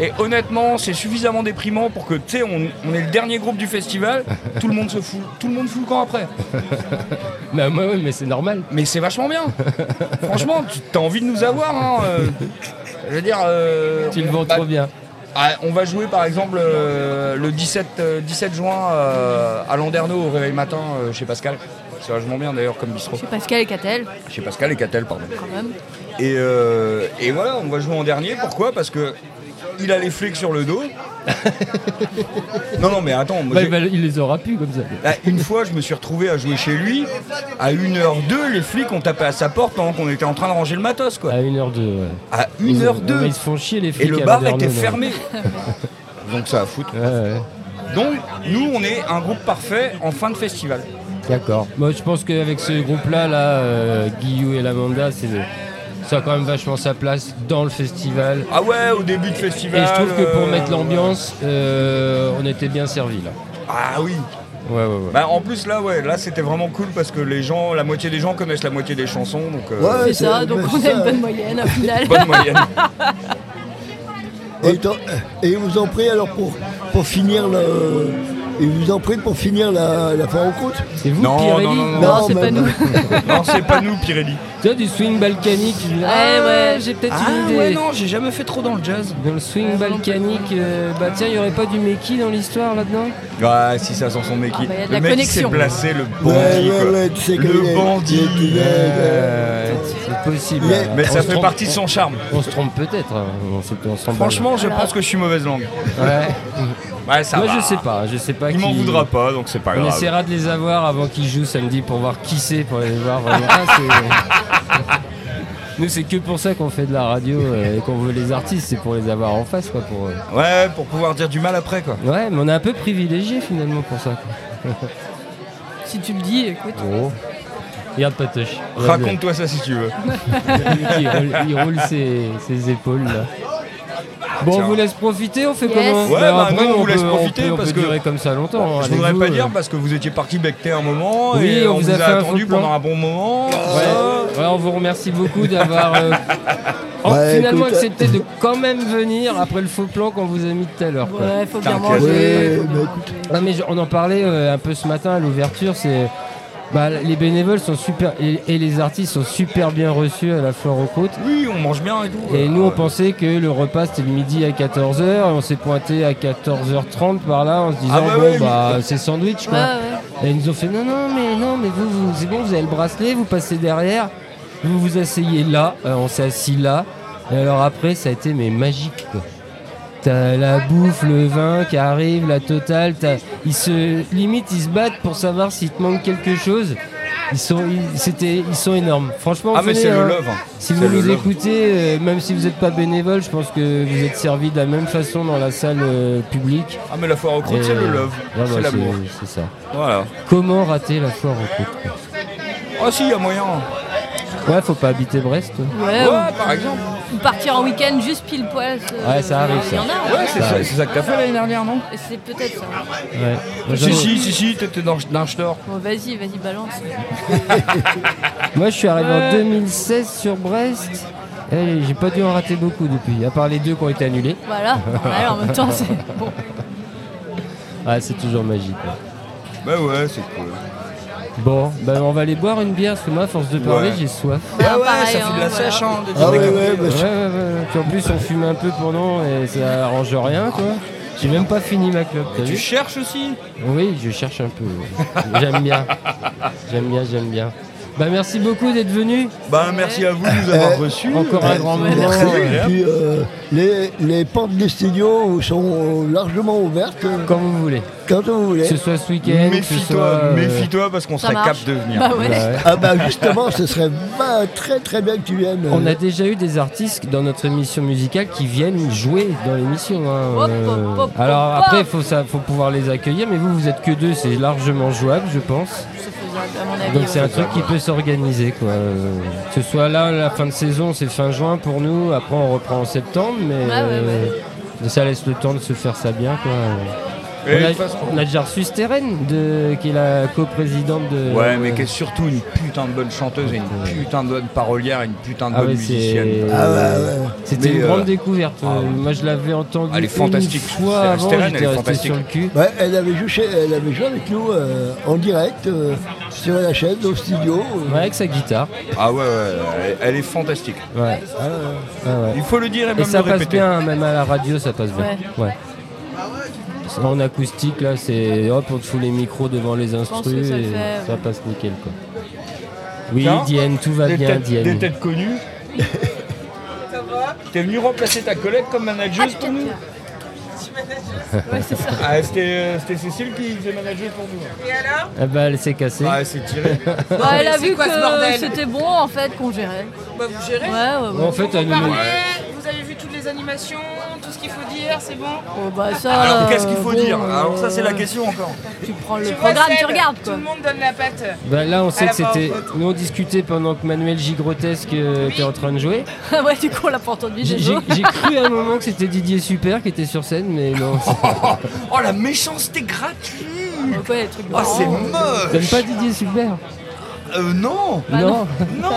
[SPEAKER 1] Et honnêtement, c'est suffisamment déprimant pour que, tu sais, on, on est le dernier groupe du festival, tout le monde se fout, tout le monde fout le camp après.
[SPEAKER 2] Bah, ouais, ouais, mais c'est normal.
[SPEAKER 1] Mais c'est vachement bien. Franchement, tu as envie de nous avoir. Hein. euh. je veux dire, euh,
[SPEAKER 2] Tu le vends
[SPEAKER 1] bah,
[SPEAKER 2] trop bien.
[SPEAKER 1] ah, on va jouer par exemple euh, le 17, euh, 17 juin euh, à Landerneau au réveil matin euh, chez Pascal. C'est vachement bien d'ailleurs comme bistrot.
[SPEAKER 3] Chez Pascal Catel,
[SPEAKER 1] Chez Pascal et Catel, pardon.
[SPEAKER 3] quand même.
[SPEAKER 2] Ah,
[SPEAKER 1] Et, euh, et voilà, on va jouer en dernier. Pourquoi Parce que il a les flics sur le
[SPEAKER 2] [LAUGHS]
[SPEAKER 1] dos. non, non, mais attends. moi,
[SPEAKER 2] Bah,
[SPEAKER 1] j'ai-
[SPEAKER 2] il va- il les aura plus comme ça.
[SPEAKER 1] Là, une fois, je me suis retrouvé à jouer chez lui. À 1h02, les flics ont tapé à sa porte pendant qu'on était en train de ranger le matos. quoi.
[SPEAKER 2] À 1h02, ouais.
[SPEAKER 1] À
[SPEAKER 2] Ils-
[SPEAKER 1] 1h02.
[SPEAKER 2] ouais, Ils se font chier les
[SPEAKER 1] Et
[SPEAKER 2] flics.
[SPEAKER 1] le
[SPEAKER 2] à
[SPEAKER 1] bar
[SPEAKER 2] Landerneau,
[SPEAKER 1] était
[SPEAKER 2] là.
[SPEAKER 1] fermé. Donc ça a foutu.
[SPEAKER 2] Ouais, ouais.
[SPEAKER 1] Donc nous on est un groupe parfait en fin de festival.
[SPEAKER 2] D'accord. Moi je pense qu'avec ce groupe-là, là, euh, Guillou et l'Amanda, c'est ça a quand même vachement sa place dans le festival.
[SPEAKER 1] Ah ouais au début de
[SPEAKER 2] Et
[SPEAKER 1] festival.
[SPEAKER 2] je trouve que pour
[SPEAKER 1] euh,
[SPEAKER 2] mettre l'ambiance, euh, on était bien servi là.
[SPEAKER 1] Ah oui.
[SPEAKER 2] Ouais, ouais, ouais.
[SPEAKER 1] Bah en plus là ouais là c'était vraiment cool parce que les gens la moitié des gens connaissent la moitié des chansons donc euh,
[SPEAKER 4] Ouais.
[SPEAKER 3] C'est ça, donc
[SPEAKER 4] c'est
[SPEAKER 3] on a
[SPEAKER 4] ça.
[SPEAKER 3] une bonne moyenne au final.
[SPEAKER 1] bonne moyenne. [LAUGHS]
[SPEAKER 4] Et, t'en- et ils vous ont pris alors pour, pour finir le. Ils vous ont pris pour finir la, la foire aux croûtes
[SPEAKER 2] C'est vous,
[SPEAKER 1] Non,
[SPEAKER 2] Pirelli
[SPEAKER 1] non, non, non,
[SPEAKER 3] Non, c'est
[SPEAKER 4] mais-
[SPEAKER 3] pas nous.
[SPEAKER 1] non c'est pas nous Pirelli.
[SPEAKER 2] Tu as du swing balkanique. je- Ah,
[SPEAKER 3] ouais.
[SPEAKER 2] J'ai peut-être une idée.
[SPEAKER 1] j'ai jamais fait trop dans le jazz.
[SPEAKER 2] Dans le swing balkanique, euh, bah tiens, il y aurait pas du Meki dans l'histoire là-dedans
[SPEAKER 1] Ouais si ça sent son mec.
[SPEAKER 3] Ah, bah, y a de
[SPEAKER 1] le
[SPEAKER 3] la
[SPEAKER 1] mec qui s'est
[SPEAKER 3] connexion.
[SPEAKER 1] placé le
[SPEAKER 4] Ouais,
[SPEAKER 1] bandit
[SPEAKER 4] ouais,
[SPEAKER 1] quoi.
[SPEAKER 4] ouais, tu sais que il y
[SPEAKER 1] Le
[SPEAKER 4] a-
[SPEAKER 1] bandit.
[SPEAKER 4] il y a- il y a-
[SPEAKER 1] ouais.
[SPEAKER 2] C'est possible.
[SPEAKER 4] Mais-
[SPEAKER 2] hein.
[SPEAKER 1] Mais
[SPEAKER 2] On
[SPEAKER 1] ça
[SPEAKER 2] se
[SPEAKER 1] fait
[SPEAKER 2] trompe-
[SPEAKER 1] partie de son charme.
[SPEAKER 2] On se trompe peut-être, hein. on s'en- on s'en
[SPEAKER 1] Franchement je pense que je suis mauvaise langue.
[SPEAKER 2] parle. Ouais.
[SPEAKER 1] Ouais ça
[SPEAKER 2] Moi
[SPEAKER 1] va.
[SPEAKER 2] je sais pas, je sais pas
[SPEAKER 1] Il
[SPEAKER 2] qui.
[SPEAKER 1] m'en voudra pas donc c'est pas
[SPEAKER 2] On
[SPEAKER 1] grave.
[SPEAKER 2] essaiera de les avoir avant qu'ils jouent samedi pour voir qui c'est pour aller voir vraiment. Ah,
[SPEAKER 1] [LAUGHS]
[SPEAKER 2] c'est- Nous c'est que pour ça qu'on fait de la radio euh, et qu'on veut les artistes, c'est pour les avoir en face quoi pour. euh.
[SPEAKER 1] Ouais, pour pouvoir dire du mal après quoi.
[SPEAKER 2] Ouais mais on est un peu privilégié finalement pour ça. quoi.
[SPEAKER 3] [LAUGHS] Si tu le dis, écoute.
[SPEAKER 1] Oh.
[SPEAKER 2] Regarde Patoche. Regarde-le.
[SPEAKER 1] Raconte-toi ça si tu veux.
[SPEAKER 2] il roule, il roule ses, ses épaules là. Bon,
[SPEAKER 1] Tiens.
[SPEAKER 2] on vous laisse profiter, on fait
[SPEAKER 3] Yes.
[SPEAKER 2] comment
[SPEAKER 1] Ouais,
[SPEAKER 2] Bah,
[SPEAKER 1] bah, nous, on
[SPEAKER 2] on,
[SPEAKER 1] vous
[SPEAKER 2] peut,
[SPEAKER 1] laisse
[SPEAKER 2] on peut-
[SPEAKER 1] profiter
[SPEAKER 2] on
[SPEAKER 1] parce
[SPEAKER 2] peut
[SPEAKER 1] que-
[SPEAKER 2] durer comme ça longtemps.
[SPEAKER 1] Je
[SPEAKER 2] avec
[SPEAKER 1] voudrais
[SPEAKER 2] vous,
[SPEAKER 1] pas
[SPEAKER 2] euh.
[SPEAKER 1] dire parce que vous étiez parti becter un moment
[SPEAKER 2] Oui,
[SPEAKER 1] et
[SPEAKER 2] on
[SPEAKER 1] on
[SPEAKER 2] vous
[SPEAKER 1] vous
[SPEAKER 2] a
[SPEAKER 1] a
[SPEAKER 2] fait un
[SPEAKER 1] attendu
[SPEAKER 2] faux plan.
[SPEAKER 1] pendant un bon moment.
[SPEAKER 2] Ouais. Ouais, on vous remercie beaucoup d'avoir euh, en-
[SPEAKER 4] Ouais,
[SPEAKER 2] finalement
[SPEAKER 4] écoute,
[SPEAKER 2] accepté de quand même venir après le faux plan qu'on vous a mis tout à l'heure. quoi.
[SPEAKER 3] Ouais, faut bien
[SPEAKER 1] T'inquiète.
[SPEAKER 2] euh,
[SPEAKER 3] manger.
[SPEAKER 4] Ouais,
[SPEAKER 3] faut bien
[SPEAKER 2] Non,
[SPEAKER 3] manger.
[SPEAKER 4] bah,
[SPEAKER 2] mais je- on en parlait euh, un peu ce matin à l'ouverture, c'est Bah, les bénévoles sont super et, et les artistes sont super bien reçus à la foire aux côtes.
[SPEAKER 1] Oui, on mange bien et tout.
[SPEAKER 2] Et
[SPEAKER 1] euh,
[SPEAKER 2] nous, on pensait que le repas c'était le midi à 14h, et on s'est pointé à 14h30 par là en se disant
[SPEAKER 1] Ah bah
[SPEAKER 2] bon,
[SPEAKER 1] ouais,
[SPEAKER 2] bah c'est sandwich
[SPEAKER 3] Ouais,
[SPEAKER 2] quoi.
[SPEAKER 3] ouais.
[SPEAKER 2] Et ils nous ont fait non, non, mais non, mais vous, vous c'est bon, vous avez le bracelet, vous passez derrière, vous vous asseyez là, Alors, on s'est assis là, et alors après, ça a été mais magique quoi. T'as la bouffe, le vin qui arrive, la totale, t'as- ils se limite, ils se battent pour savoir s'il te manque quelque chose. Ils sont, ils, c'était, ils sont énormes. Franchement,
[SPEAKER 1] Ah, mais
[SPEAKER 2] venez,
[SPEAKER 1] c'est
[SPEAKER 2] hein.
[SPEAKER 1] le love. hein.
[SPEAKER 2] Si
[SPEAKER 1] C'est
[SPEAKER 2] vous
[SPEAKER 1] le
[SPEAKER 2] nous
[SPEAKER 1] love.
[SPEAKER 2] écoutez, euh, même si vous n'êtes pas bénévole, je pense que vous êtes servi de la même façon dans la salle euh, publique.
[SPEAKER 1] Ah, mais la foire aux
[SPEAKER 2] Et-
[SPEAKER 1] croûtes, c'est le love.
[SPEAKER 2] Ah, bah,
[SPEAKER 1] c'est l'amour.
[SPEAKER 2] c'est- C'est ça.
[SPEAKER 1] Voilà.
[SPEAKER 2] Comment rater la foire aux croûtes quoi
[SPEAKER 1] Ah, si, il y a moyen.
[SPEAKER 2] Ouais, faut pas habiter Brest.
[SPEAKER 3] Ouais,
[SPEAKER 1] Ouais,
[SPEAKER 3] ou-
[SPEAKER 1] par exemple.
[SPEAKER 3] ou partir en week-end juste pile poil. euh,
[SPEAKER 2] Ouais, ça arrive,
[SPEAKER 3] Il y en
[SPEAKER 2] ça.
[SPEAKER 3] a.
[SPEAKER 1] Ouais,
[SPEAKER 2] bah,
[SPEAKER 1] c'est ça, c'est ça que t'as fait l'année dernière, non
[SPEAKER 3] hein. C'est peut-être ça.
[SPEAKER 2] Ouais. Moi, j'en ai-
[SPEAKER 1] Si, si, si, si, t'étais dans, dans le store.
[SPEAKER 3] Bon, vas-y, vas-y, balance.
[SPEAKER 2] Moi, je suis arrivé en
[SPEAKER 3] Ouais.
[SPEAKER 2] 2016 sur Brest. Et j'ai pas dû en rater beaucoup depuis, à part les deux qui ont été annulés.
[SPEAKER 3] Voilà. Ouais, en même temps, c'est bon.
[SPEAKER 2] Ah, c'est toujours magique. quoi.
[SPEAKER 1] Bah ouais, c'est cool.
[SPEAKER 2] Bon, bah, on va aller boire une bière, parce que moi, à force de parler,
[SPEAKER 1] Ouais.
[SPEAKER 2] j'ai soif.
[SPEAKER 1] Bah Ouais, ouais,
[SPEAKER 3] pareil,
[SPEAKER 1] ça fait de la
[SPEAKER 3] hein, voilà.
[SPEAKER 1] sèche, hein, de
[SPEAKER 4] Ah ouais,
[SPEAKER 1] dire des
[SPEAKER 4] ouais,
[SPEAKER 1] conneries.
[SPEAKER 2] Ouais, ouais,
[SPEAKER 4] bah,
[SPEAKER 2] ouais. Puis en plus, on fume un peu pendant et ça arrange rien, quoi. J'ai même pas fini ma clope, t'as
[SPEAKER 1] Tu
[SPEAKER 2] vu
[SPEAKER 1] cherches aussi
[SPEAKER 2] Oui, je cherche un peu. ouais. J'aime bien. J'aime bien, j'aime bien. Bah, merci beaucoup d'être venu.
[SPEAKER 1] Bah, merci à vous de nous avoir reçus.
[SPEAKER 2] Encore un grand moment.
[SPEAKER 4] Merci.
[SPEAKER 2] euh,
[SPEAKER 4] Et puis, euh, les, les portes des studios sont euh, largement ouvertes euh,
[SPEAKER 2] Quand vous voulez.
[SPEAKER 4] quand on
[SPEAKER 2] Que
[SPEAKER 4] voulait.
[SPEAKER 2] ce soit ce week-end, que ce soit.
[SPEAKER 1] Méfie-toi,
[SPEAKER 2] euh,
[SPEAKER 1] méfie-toi parce qu'on
[SPEAKER 3] Ça
[SPEAKER 1] serait
[SPEAKER 3] marche.
[SPEAKER 1] capable de venir.
[SPEAKER 3] Bah ouais.
[SPEAKER 2] bah ouais.
[SPEAKER 4] Ah bah justement, ce serait va- très très bien que tu viennes. euh,
[SPEAKER 2] On a déjà eu des artistes dans notre émission musicale qui viennent jouer dans l'émission. hein,
[SPEAKER 3] Hop,
[SPEAKER 2] euh.
[SPEAKER 3] hop, hop,
[SPEAKER 2] Alors
[SPEAKER 3] hop,
[SPEAKER 2] après,
[SPEAKER 3] hop.
[SPEAKER 2] faut ça, faut pouvoir les accueillir. Mais vous, vous êtes que deux, c'est largement jouable, je pense.
[SPEAKER 3] C'est faisable, à mon avis.
[SPEAKER 2] Donc c'est un
[SPEAKER 3] ouais.
[SPEAKER 2] truc qui peut s'organiser quoi. Euh, Que ce soit là la fin de saison, c'est fin juin pour nous. Après on reprend en septembre, mais
[SPEAKER 3] ouais,
[SPEAKER 2] euh, ça laisse le temps de se faire ça bien quoi.
[SPEAKER 1] Et
[SPEAKER 2] on,
[SPEAKER 1] de
[SPEAKER 2] a,
[SPEAKER 1] toute façon-
[SPEAKER 2] on a déjà reçu Steren, de, qui est la coprésidente de.
[SPEAKER 1] Ouais, mais qui est surtout une putain de bonne chanteuse et une putain de bonne parolière et une putain de
[SPEAKER 2] Ah
[SPEAKER 1] bonne
[SPEAKER 2] ouais, c'est-
[SPEAKER 1] musicienne.
[SPEAKER 4] Ah ouais, ouais.
[SPEAKER 2] C'était
[SPEAKER 1] Mais,
[SPEAKER 2] une
[SPEAKER 1] euh,
[SPEAKER 2] grande découverte.
[SPEAKER 1] ah
[SPEAKER 2] Euh,
[SPEAKER 1] ouais.
[SPEAKER 2] Moi je l'avais entendue
[SPEAKER 1] Elle est fantastique.
[SPEAKER 2] une fois
[SPEAKER 1] Steren,
[SPEAKER 2] avant,
[SPEAKER 1] elle est
[SPEAKER 2] j'étais resté
[SPEAKER 1] fantastique.
[SPEAKER 2] sur le cul.
[SPEAKER 4] Ouais, Bah, elle avait joué, chez- elle avait joué avec nous euh, en direct euh, sur la chaîne au studio. euh.
[SPEAKER 2] Ouais, avec sa guitare.
[SPEAKER 1] Ah ouais, ouais, elle, elle est fantastique.
[SPEAKER 2] Ouais. Ah ouais.
[SPEAKER 1] Il faut le dire et même
[SPEAKER 2] Et ça
[SPEAKER 1] le
[SPEAKER 2] passe
[SPEAKER 1] répéter.
[SPEAKER 2] bien, même à la radio, ça passe bien. Ouais. En acoustique, là, c'est hop, on te fout les micros devant les
[SPEAKER 3] pense
[SPEAKER 2] instrus
[SPEAKER 3] que ça le
[SPEAKER 2] et
[SPEAKER 3] fait,
[SPEAKER 2] ça
[SPEAKER 3] ouais.
[SPEAKER 2] passe nickel, quoi. Oui,
[SPEAKER 1] Tiens,
[SPEAKER 2] Diane, tout va
[SPEAKER 1] Des
[SPEAKER 2] bien,
[SPEAKER 1] têtes, des
[SPEAKER 2] Diane.
[SPEAKER 1] têtes connues. T'es venu remplacer ta collègue comme manageuse pour nous
[SPEAKER 3] Ouais, c'est ça.
[SPEAKER 1] Ah, c'était c'était Cécile qui faisait manageuse pour nous.
[SPEAKER 2] Ah bah, elle s'est cassée.
[SPEAKER 1] Ah, c'est tiré.
[SPEAKER 3] Bah, elle a
[SPEAKER 5] c'est
[SPEAKER 3] vu
[SPEAKER 5] quoi ce
[SPEAKER 3] que
[SPEAKER 5] bordel
[SPEAKER 3] c'était bon en fait qu'on gérait.
[SPEAKER 5] Bah, vous gérez.
[SPEAKER 3] Ouais, ouais, ouais.
[SPEAKER 2] en fait, elle nous...
[SPEAKER 5] Parlez, vous avez vu toutes les animations, tout ce qu'il faut dire, c'est bon.
[SPEAKER 3] Oh, bah, ça,
[SPEAKER 1] Alors,
[SPEAKER 2] Ah,
[SPEAKER 3] euh,
[SPEAKER 1] Ah, qu'est-ce qu'il faut
[SPEAKER 3] bon,
[SPEAKER 1] dire hein
[SPEAKER 3] euh,
[SPEAKER 1] Alors, ça, c'est la question encore.
[SPEAKER 3] Tu prends le
[SPEAKER 5] Tu vois,
[SPEAKER 3] programme, tu
[SPEAKER 5] Seb,
[SPEAKER 3] regardes quoi.
[SPEAKER 5] Tout le monde donne la patte.
[SPEAKER 2] Bah, là, on sait
[SPEAKER 5] Elle
[SPEAKER 2] que
[SPEAKER 5] a pas
[SPEAKER 2] c'était.
[SPEAKER 5] en faute.
[SPEAKER 2] Nous, on discutait pendant que Manuel Gigrotesque euh, était en train de jouer.
[SPEAKER 3] [LAUGHS] ouais, du coup, on l'a pas entendu.
[SPEAKER 2] J'ai
[SPEAKER 3] c'est chaud.
[SPEAKER 2] j'ai cru à un moment que c'était Didier Super qui était sur scène,
[SPEAKER 1] [LAUGHS]
[SPEAKER 2] mais non.
[SPEAKER 1] Oh, la méchanceté gratuite
[SPEAKER 3] Donc, ouais, les trucs
[SPEAKER 2] Ah.
[SPEAKER 1] Oh, c'est
[SPEAKER 3] marrants.
[SPEAKER 1] moche
[SPEAKER 2] T'aimes pas Didier Super
[SPEAKER 1] Euh, non
[SPEAKER 3] Bah
[SPEAKER 2] Non
[SPEAKER 1] Non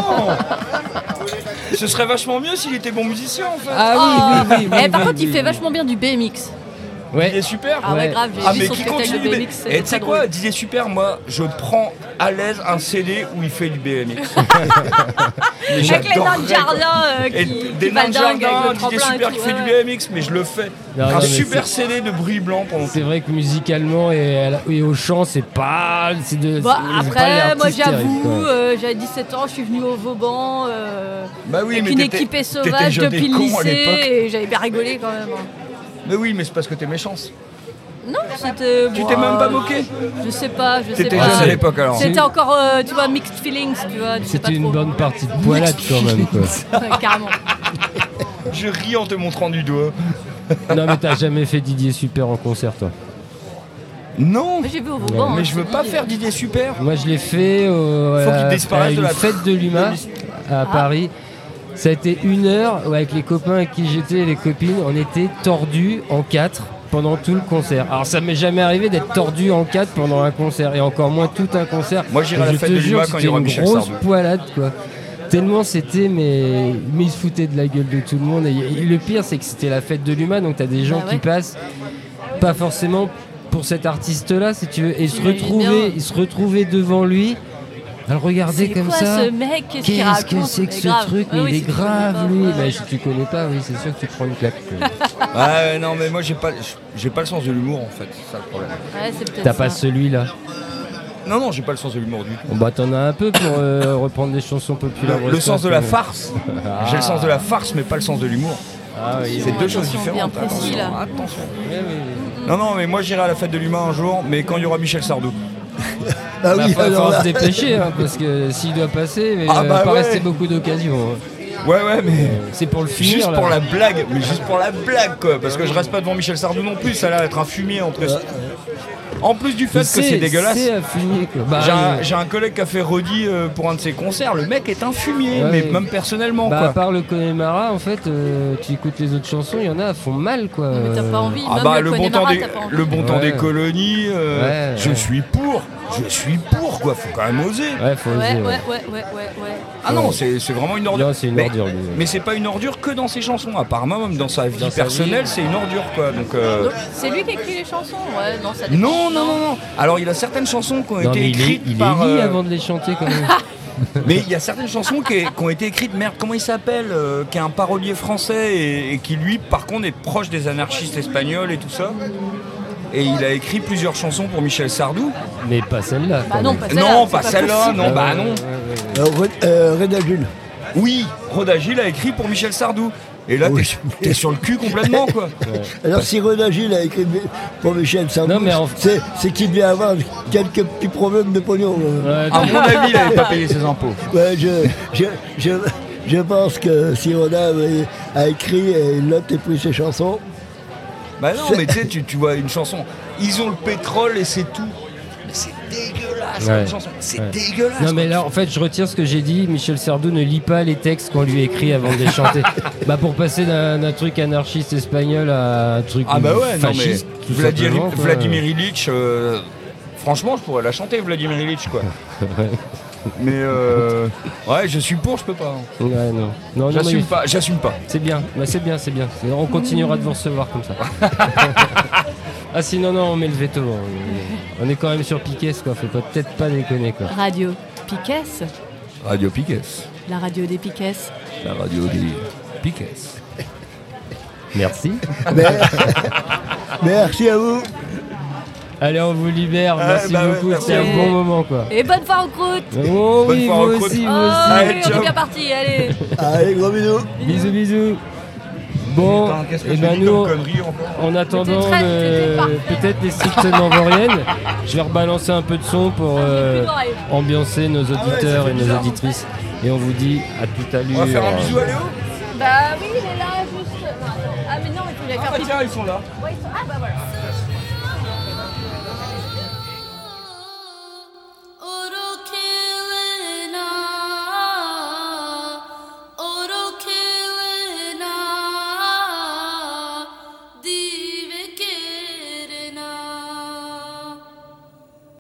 [SPEAKER 1] Ce serait vachement mieux s'il était bon musicien, en fait.
[SPEAKER 2] Ah oui, oui, oui.
[SPEAKER 3] Eh,
[SPEAKER 2] oui,
[SPEAKER 3] par
[SPEAKER 2] oui,
[SPEAKER 3] contre, il
[SPEAKER 2] oui,
[SPEAKER 3] fait
[SPEAKER 2] oui.
[SPEAKER 3] vachement bien du BMX.
[SPEAKER 1] Il est
[SPEAKER 2] Ouais.
[SPEAKER 1] super
[SPEAKER 3] Ah ouais,
[SPEAKER 2] Ouais.
[SPEAKER 3] grave, j'ai
[SPEAKER 1] Ah
[SPEAKER 3] vu
[SPEAKER 1] mais
[SPEAKER 3] son
[SPEAKER 1] qui
[SPEAKER 3] spectacle
[SPEAKER 1] continue
[SPEAKER 3] de
[SPEAKER 1] mais-
[SPEAKER 3] BMX.
[SPEAKER 1] Et
[SPEAKER 3] c'était
[SPEAKER 1] tu sais
[SPEAKER 3] très
[SPEAKER 1] quoi,
[SPEAKER 3] drôle.
[SPEAKER 1] disait super, moi je prends à l'aise un CD où il fait du BMX.
[SPEAKER 3] [LAUGHS]
[SPEAKER 1] Mais
[SPEAKER 3] Avec les nains
[SPEAKER 1] j'adorerais,
[SPEAKER 3] de
[SPEAKER 1] quoi.
[SPEAKER 3] jardin euh,
[SPEAKER 1] Et
[SPEAKER 3] qui,
[SPEAKER 1] des
[SPEAKER 3] qui
[SPEAKER 1] nains de
[SPEAKER 3] baldinguent
[SPEAKER 1] jardin,
[SPEAKER 3] avec le
[SPEAKER 1] Didier
[SPEAKER 3] tremplin et
[SPEAKER 1] Super
[SPEAKER 3] tout,
[SPEAKER 1] qui fait
[SPEAKER 3] ouais,
[SPEAKER 1] du
[SPEAKER 3] ouais.
[SPEAKER 1] BMX, mais je le fais.
[SPEAKER 2] Non, non,
[SPEAKER 1] un
[SPEAKER 2] mais
[SPEAKER 1] super CD de bruit blanc pendant
[SPEAKER 2] C'est vrai que musicalement et, à la- et au chant, c'est pas. C'est de.
[SPEAKER 3] Bon,
[SPEAKER 2] c'est- c'est pas les
[SPEAKER 3] Bah, après,
[SPEAKER 2] artistes
[SPEAKER 3] moi
[SPEAKER 2] terribles,
[SPEAKER 3] j'avoue,
[SPEAKER 2] quoi.
[SPEAKER 3] euh, j'avais 17 ans, je suis venue au Vauban euh,
[SPEAKER 1] Bah oui,
[SPEAKER 3] avec
[SPEAKER 1] mais
[SPEAKER 3] une
[SPEAKER 1] t'étais-
[SPEAKER 3] équipe
[SPEAKER 1] t'étais
[SPEAKER 3] sauvage
[SPEAKER 1] jeune
[SPEAKER 3] depuis
[SPEAKER 1] et
[SPEAKER 3] le
[SPEAKER 1] con à
[SPEAKER 3] lycée
[SPEAKER 1] l'époque.
[SPEAKER 3] et j'avais bien rigolé quand même. hein.
[SPEAKER 1] Mais oui, mais c'est parce que t'es méchante.
[SPEAKER 3] Non, c'était.
[SPEAKER 1] Tu
[SPEAKER 3] bon,
[SPEAKER 1] t'es même pas
[SPEAKER 3] euh,
[SPEAKER 1] moqué
[SPEAKER 3] Je sais pas, je sais
[SPEAKER 1] T'étais
[SPEAKER 3] pas.
[SPEAKER 1] jeune à l'époque, alors.
[SPEAKER 3] C'était encore, euh, tu vois, mixed feelings, tu vois. tu sais pas
[SPEAKER 2] C'était une
[SPEAKER 3] trop.
[SPEAKER 2] bonne partie de poilade quand même, quoi.
[SPEAKER 3] [LAUGHS] Ouais, carrément.
[SPEAKER 1] Je ris en te montrant du doigt.
[SPEAKER 2] non, mais t'as jamais fait Didier Super en concert, toi.
[SPEAKER 1] Non
[SPEAKER 3] Moi j'ai vu au Vauban.
[SPEAKER 1] Mais
[SPEAKER 3] hein,
[SPEAKER 1] je veux
[SPEAKER 3] c'est
[SPEAKER 1] pas
[SPEAKER 3] dit.
[SPEAKER 1] faire Didier Super.
[SPEAKER 2] Moi, je l'ai fait au-
[SPEAKER 1] Faut qu'il
[SPEAKER 2] à,
[SPEAKER 1] disparaisse
[SPEAKER 2] à une
[SPEAKER 1] de la-
[SPEAKER 2] fête de l'humain à
[SPEAKER 3] Ah.
[SPEAKER 2] Paris. Ça a été une heure ouais, avec les copains avec qui j'étais et les copines. On était tordus en quatre pendant tout le concert. Alors, ça m'est jamais arrivé d'être tordu en quatre pendant un concert et encore moins tout un concert.
[SPEAKER 1] Moi, j'irai à la
[SPEAKER 2] Je
[SPEAKER 1] fête
[SPEAKER 2] te
[SPEAKER 1] de
[SPEAKER 2] jure,
[SPEAKER 1] Lima quand il y aura
[SPEAKER 2] c'était
[SPEAKER 1] Michel
[SPEAKER 2] une grosse
[SPEAKER 1] Sardou.
[SPEAKER 2] poilade, quoi. Tellement c'était, mais, mais ils se foutaient de la gueule de tout le monde. Et, y- le pire, c'est que c'était la fête de l'humain, donc t'as des gens
[SPEAKER 3] Bah
[SPEAKER 2] qui
[SPEAKER 3] ouais.
[SPEAKER 2] passent, pas forcément pour cet artiste-là, si tu veux, et se
[SPEAKER 3] J'imagine
[SPEAKER 2] retrouver,
[SPEAKER 3] bien.
[SPEAKER 2] ils se retrouvaient devant lui à le regarder
[SPEAKER 3] C'est
[SPEAKER 2] comme
[SPEAKER 3] quoi
[SPEAKER 2] ça.
[SPEAKER 3] ce mec Qu'est-ce qu'il
[SPEAKER 2] Qu'est-ce que
[SPEAKER 3] raconte
[SPEAKER 2] c'est que
[SPEAKER 3] Mais
[SPEAKER 2] ce
[SPEAKER 3] grave.
[SPEAKER 2] truc
[SPEAKER 3] Ah
[SPEAKER 2] Mais
[SPEAKER 3] oui,
[SPEAKER 2] il est
[SPEAKER 3] si tu connais pas,
[SPEAKER 2] grave, lui.
[SPEAKER 3] ouais.
[SPEAKER 2] Bah, si tu connais pas, oui, c'est sûr que tu prends une
[SPEAKER 3] [LAUGHS]
[SPEAKER 2] claque.
[SPEAKER 1] Ah non, mais moi j'ai pas, j'ai pas le sens de l'humour en fait, c'est ça le problème.
[SPEAKER 3] Ouais, c'est peut-être
[SPEAKER 2] T'as pas
[SPEAKER 3] ça.
[SPEAKER 2] celui-là.
[SPEAKER 1] Non, non, j'ai pas le sens de l'humour du tout.
[SPEAKER 2] Bon, bah, t'en as un peu pour euh, reprendre des chansons populaires.
[SPEAKER 1] Le, le sens de la
[SPEAKER 2] comme-
[SPEAKER 1] farce.
[SPEAKER 2] Ah.
[SPEAKER 1] J'ai le sens de la farce, mais pas le sens de l'humour.
[SPEAKER 2] Ah oui,
[SPEAKER 1] C'est deux choses
[SPEAKER 3] attention, bien
[SPEAKER 1] différentes.
[SPEAKER 3] précis,
[SPEAKER 1] attention,
[SPEAKER 3] là.
[SPEAKER 1] attention.
[SPEAKER 2] oui, oui.
[SPEAKER 1] Non, non, mais moi j'irai à la fête de l'humain un jour, mais quand il y aura Michel Sardou.
[SPEAKER 4] Ah
[SPEAKER 1] [LAUGHS]
[SPEAKER 2] Bah,
[SPEAKER 4] oui,
[SPEAKER 2] faut- faut
[SPEAKER 4] alors là,
[SPEAKER 2] se dépêcher, hein, parce que s'il doit passer, mais,
[SPEAKER 1] Ah
[SPEAKER 2] euh,
[SPEAKER 1] bah
[SPEAKER 2] pas
[SPEAKER 1] ouais.
[SPEAKER 2] rester beaucoup d'occasions. hein.
[SPEAKER 1] Ouais, ouais, mais.
[SPEAKER 2] C'est pour le finir.
[SPEAKER 1] Juste
[SPEAKER 2] là.
[SPEAKER 1] pour la blague, mais juste pour la blague quoi, parce que je reste pas devant Michel Sardou non plus, ça a l'air d'être un fumier en plus. En plus du fait
[SPEAKER 2] Mais
[SPEAKER 1] que c'est dégueulasse,
[SPEAKER 2] C'est à fumier, quoi. Bah,
[SPEAKER 1] j'ai un,
[SPEAKER 2] oui.
[SPEAKER 1] j'ai un collègue qui a fait Roddy euh, pour un de ses concerts, le mec est un fumier,
[SPEAKER 2] Ouais,
[SPEAKER 1] mais
[SPEAKER 2] mais-
[SPEAKER 1] même personnellement
[SPEAKER 2] Bah, à
[SPEAKER 1] quoi.
[SPEAKER 2] part le Connemara, en fait, euh, tu écoutes les autres chansons, il y en a, elles font mal, quoi.
[SPEAKER 3] Mais t'as pas envie,
[SPEAKER 1] Ah
[SPEAKER 3] même
[SPEAKER 1] bah
[SPEAKER 3] le,
[SPEAKER 1] le bon temps
[SPEAKER 3] Connemara,
[SPEAKER 1] des,
[SPEAKER 3] t'as pas envie.
[SPEAKER 1] le bon temps des
[SPEAKER 2] Ouais.
[SPEAKER 1] colonies, euh,
[SPEAKER 2] Ouais,
[SPEAKER 1] je
[SPEAKER 2] ouais.
[SPEAKER 1] suis pour, je suis pour quoi, faut quand même oser.
[SPEAKER 2] Ouais, faut
[SPEAKER 3] Ouais,
[SPEAKER 2] oser. ouais.
[SPEAKER 3] ouais, ouais, ouais, ouais, ouais.
[SPEAKER 1] Ah non, c'est c'est vraiment une ordure.
[SPEAKER 2] Non, c'est une
[SPEAKER 1] mais,
[SPEAKER 2] ordure, lui, ouais.
[SPEAKER 1] Mais c'est pas une ordure que dans ses chansons, apparemment même dans sa vie
[SPEAKER 2] Dans sa
[SPEAKER 1] personnelle,
[SPEAKER 2] vie.
[SPEAKER 1] c'est une ordure quoi. Donc euh,
[SPEAKER 3] Donc, c'est lui qui écrit les chansons, ouais, non, ça dépend.
[SPEAKER 1] non, non, non, non. Alors il a certaines chansons qui ont
[SPEAKER 2] Non,
[SPEAKER 1] été
[SPEAKER 2] mais il est,
[SPEAKER 1] écrites
[SPEAKER 2] il est
[SPEAKER 1] par.
[SPEAKER 2] lit
[SPEAKER 1] euh,
[SPEAKER 2] avant de les chanter, quand même.
[SPEAKER 3] Ah.
[SPEAKER 1] Mais il y a certaines chansons qui, qui ont été écrites, merde, comment il s'appelle euh, Qui est un parolier français et, et qui, lui, par contre, est proche des anarchistes espagnols et tout ça. Et il a écrit plusieurs chansons pour Michel Sardou.
[SPEAKER 2] mais pas celle-là.
[SPEAKER 3] Bah
[SPEAKER 2] quand
[SPEAKER 3] non,
[SPEAKER 2] même.
[SPEAKER 3] pas celle-là.
[SPEAKER 1] Non,
[SPEAKER 3] c'est
[SPEAKER 1] pas celle-là,
[SPEAKER 3] possible.
[SPEAKER 1] non, bah non.
[SPEAKER 4] alors, Re- euh, Reda Jules.
[SPEAKER 1] Oui, Rodagil a écrit pour Michel Sardou. Et là,
[SPEAKER 4] Oui.
[SPEAKER 1] t'es- t'es sur le cul complètement, [LAUGHS] quoi.
[SPEAKER 4] Alors si Reda Gilles a écrit pour Michel Sardou,
[SPEAKER 2] Non, mais en-
[SPEAKER 4] c'est, c'est qu'il devait avoir quelques petits problèmes de pognon. euh.
[SPEAKER 2] Ouais,
[SPEAKER 1] À mon
[SPEAKER 3] Ah.
[SPEAKER 1] avis, il n'avait pas payé ses impôts.
[SPEAKER 4] Ouais, je, je, je, je pense que si Reda avait- a écrit et l'autre a pris ses chansons,
[SPEAKER 1] Bah non, mais tu sais, tu tu vois une chanson. Ils ont le pétrole et c'est tout. Mais c'est dégueulasse,
[SPEAKER 2] Ouais.
[SPEAKER 1] comme chanson. C'est
[SPEAKER 2] Ouais.
[SPEAKER 1] dégueulasse.
[SPEAKER 2] Non mais là en fait je retire ce que j'ai dit, Michel Sardou ne lit pas les textes qu'on lui écrit avant de les
[SPEAKER 3] [LAUGHS]
[SPEAKER 2] chanter. bah pour passer d'un d'un truc anarchiste espagnol à un truc
[SPEAKER 1] Ah bah ouais, non mais
[SPEAKER 2] fasciste, tout
[SPEAKER 1] Vladimir,
[SPEAKER 2] simplement, quoi.
[SPEAKER 1] Vladimir Ilitch, euh, franchement, je pourrais la chanter, Vladimir Ilitch, [LAUGHS] quoi.
[SPEAKER 2] Ouais,
[SPEAKER 1] Mais euh, ouais, je suis pour, je peux pas. hein.
[SPEAKER 2] Ouais, non. Non, non, mais
[SPEAKER 1] J'assume pas, j'assume pas.
[SPEAKER 2] c'est bien, bah, c'est bien, c'est bien. C'est- On continuera de vous recevoir comme ça. ah si non non on met le veto. On, on est quand même sur Piquet quoi, faut pas- peut-être pas déconner quoi.
[SPEAKER 3] Radio Piquesse,
[SPEAKER 1] Radio Piquet.
[SPEAKER 3] la radio des Piquesses.
[SPEAKER 1] La radio des Piquet.
[SPEAKER 2] Merci.
[SPEAKER 4] merci à vous.
[SPEAKER 2] Allez on vous libère,
[SPEAKER 1] Ah,
[SPEAKER 2] merci
[SPEAKER 1] bah ouais,
[SPEAKER 2] beaucoup,
[SPEAKER 1] merci.
[SPEAKER 2] c'était un bon moment quoi.
[SPEAKER 3] Et bonne fois en croûte
[SPEAKER 2] Oh
[SPEAKER 1] Bonne
[SPEAKER 2] oui, vous
[SPEAKER 1] fois en croûte.
[SPEAKER 2] aussi, vous
[SPEAKER 3] Oh,
[SPEAKER 2] aussi.
[SPEAKER 1] Allez,
[SPEAKER 3] on
[SPEAKER 1] ciao.
[SPEAKER 3] est bien parti, allez
[SPEAKER 4] Allez, gros bisous.
[SPEAKER 2] Bisous, bisous.
[SPEAKER 1] Oh,
[SPEAKER 2] Bon,
[SPEAKER 1] eh
[SPEAKER 2] et ben nous, en attendant
[SPEAKER 3] T'étais très-
[SPEAKER 2] le-
[SPEAKER 3] t'étais parfait.
[SPEAKER 2] peut-être les strictes nangoriennes, je vais rebalancer un peu de son pour
[SPEAKER 1] Ah,
[SPEAKER 2] euh,
[SPEAKER 3] plus d'oreilles.
[SPEAKER 2] ambiancer nos auditeurs et nos
[SPEAKER 1] bizarre.
[SPEAKER 2] auditrices. Et on vous dit à tout à l'heure.
[SPEAKER 1] On va faire un bisou à Léo
[SPEAKER 3] Bah oui, il est là, juste... non, attends. Ah mais non, mais tu voulais faire pipi.
[SPEAKER 1] Ah, tiens, ils sont là.
[SPEAKER 3] Ouais, ils sont- Ah bah voilà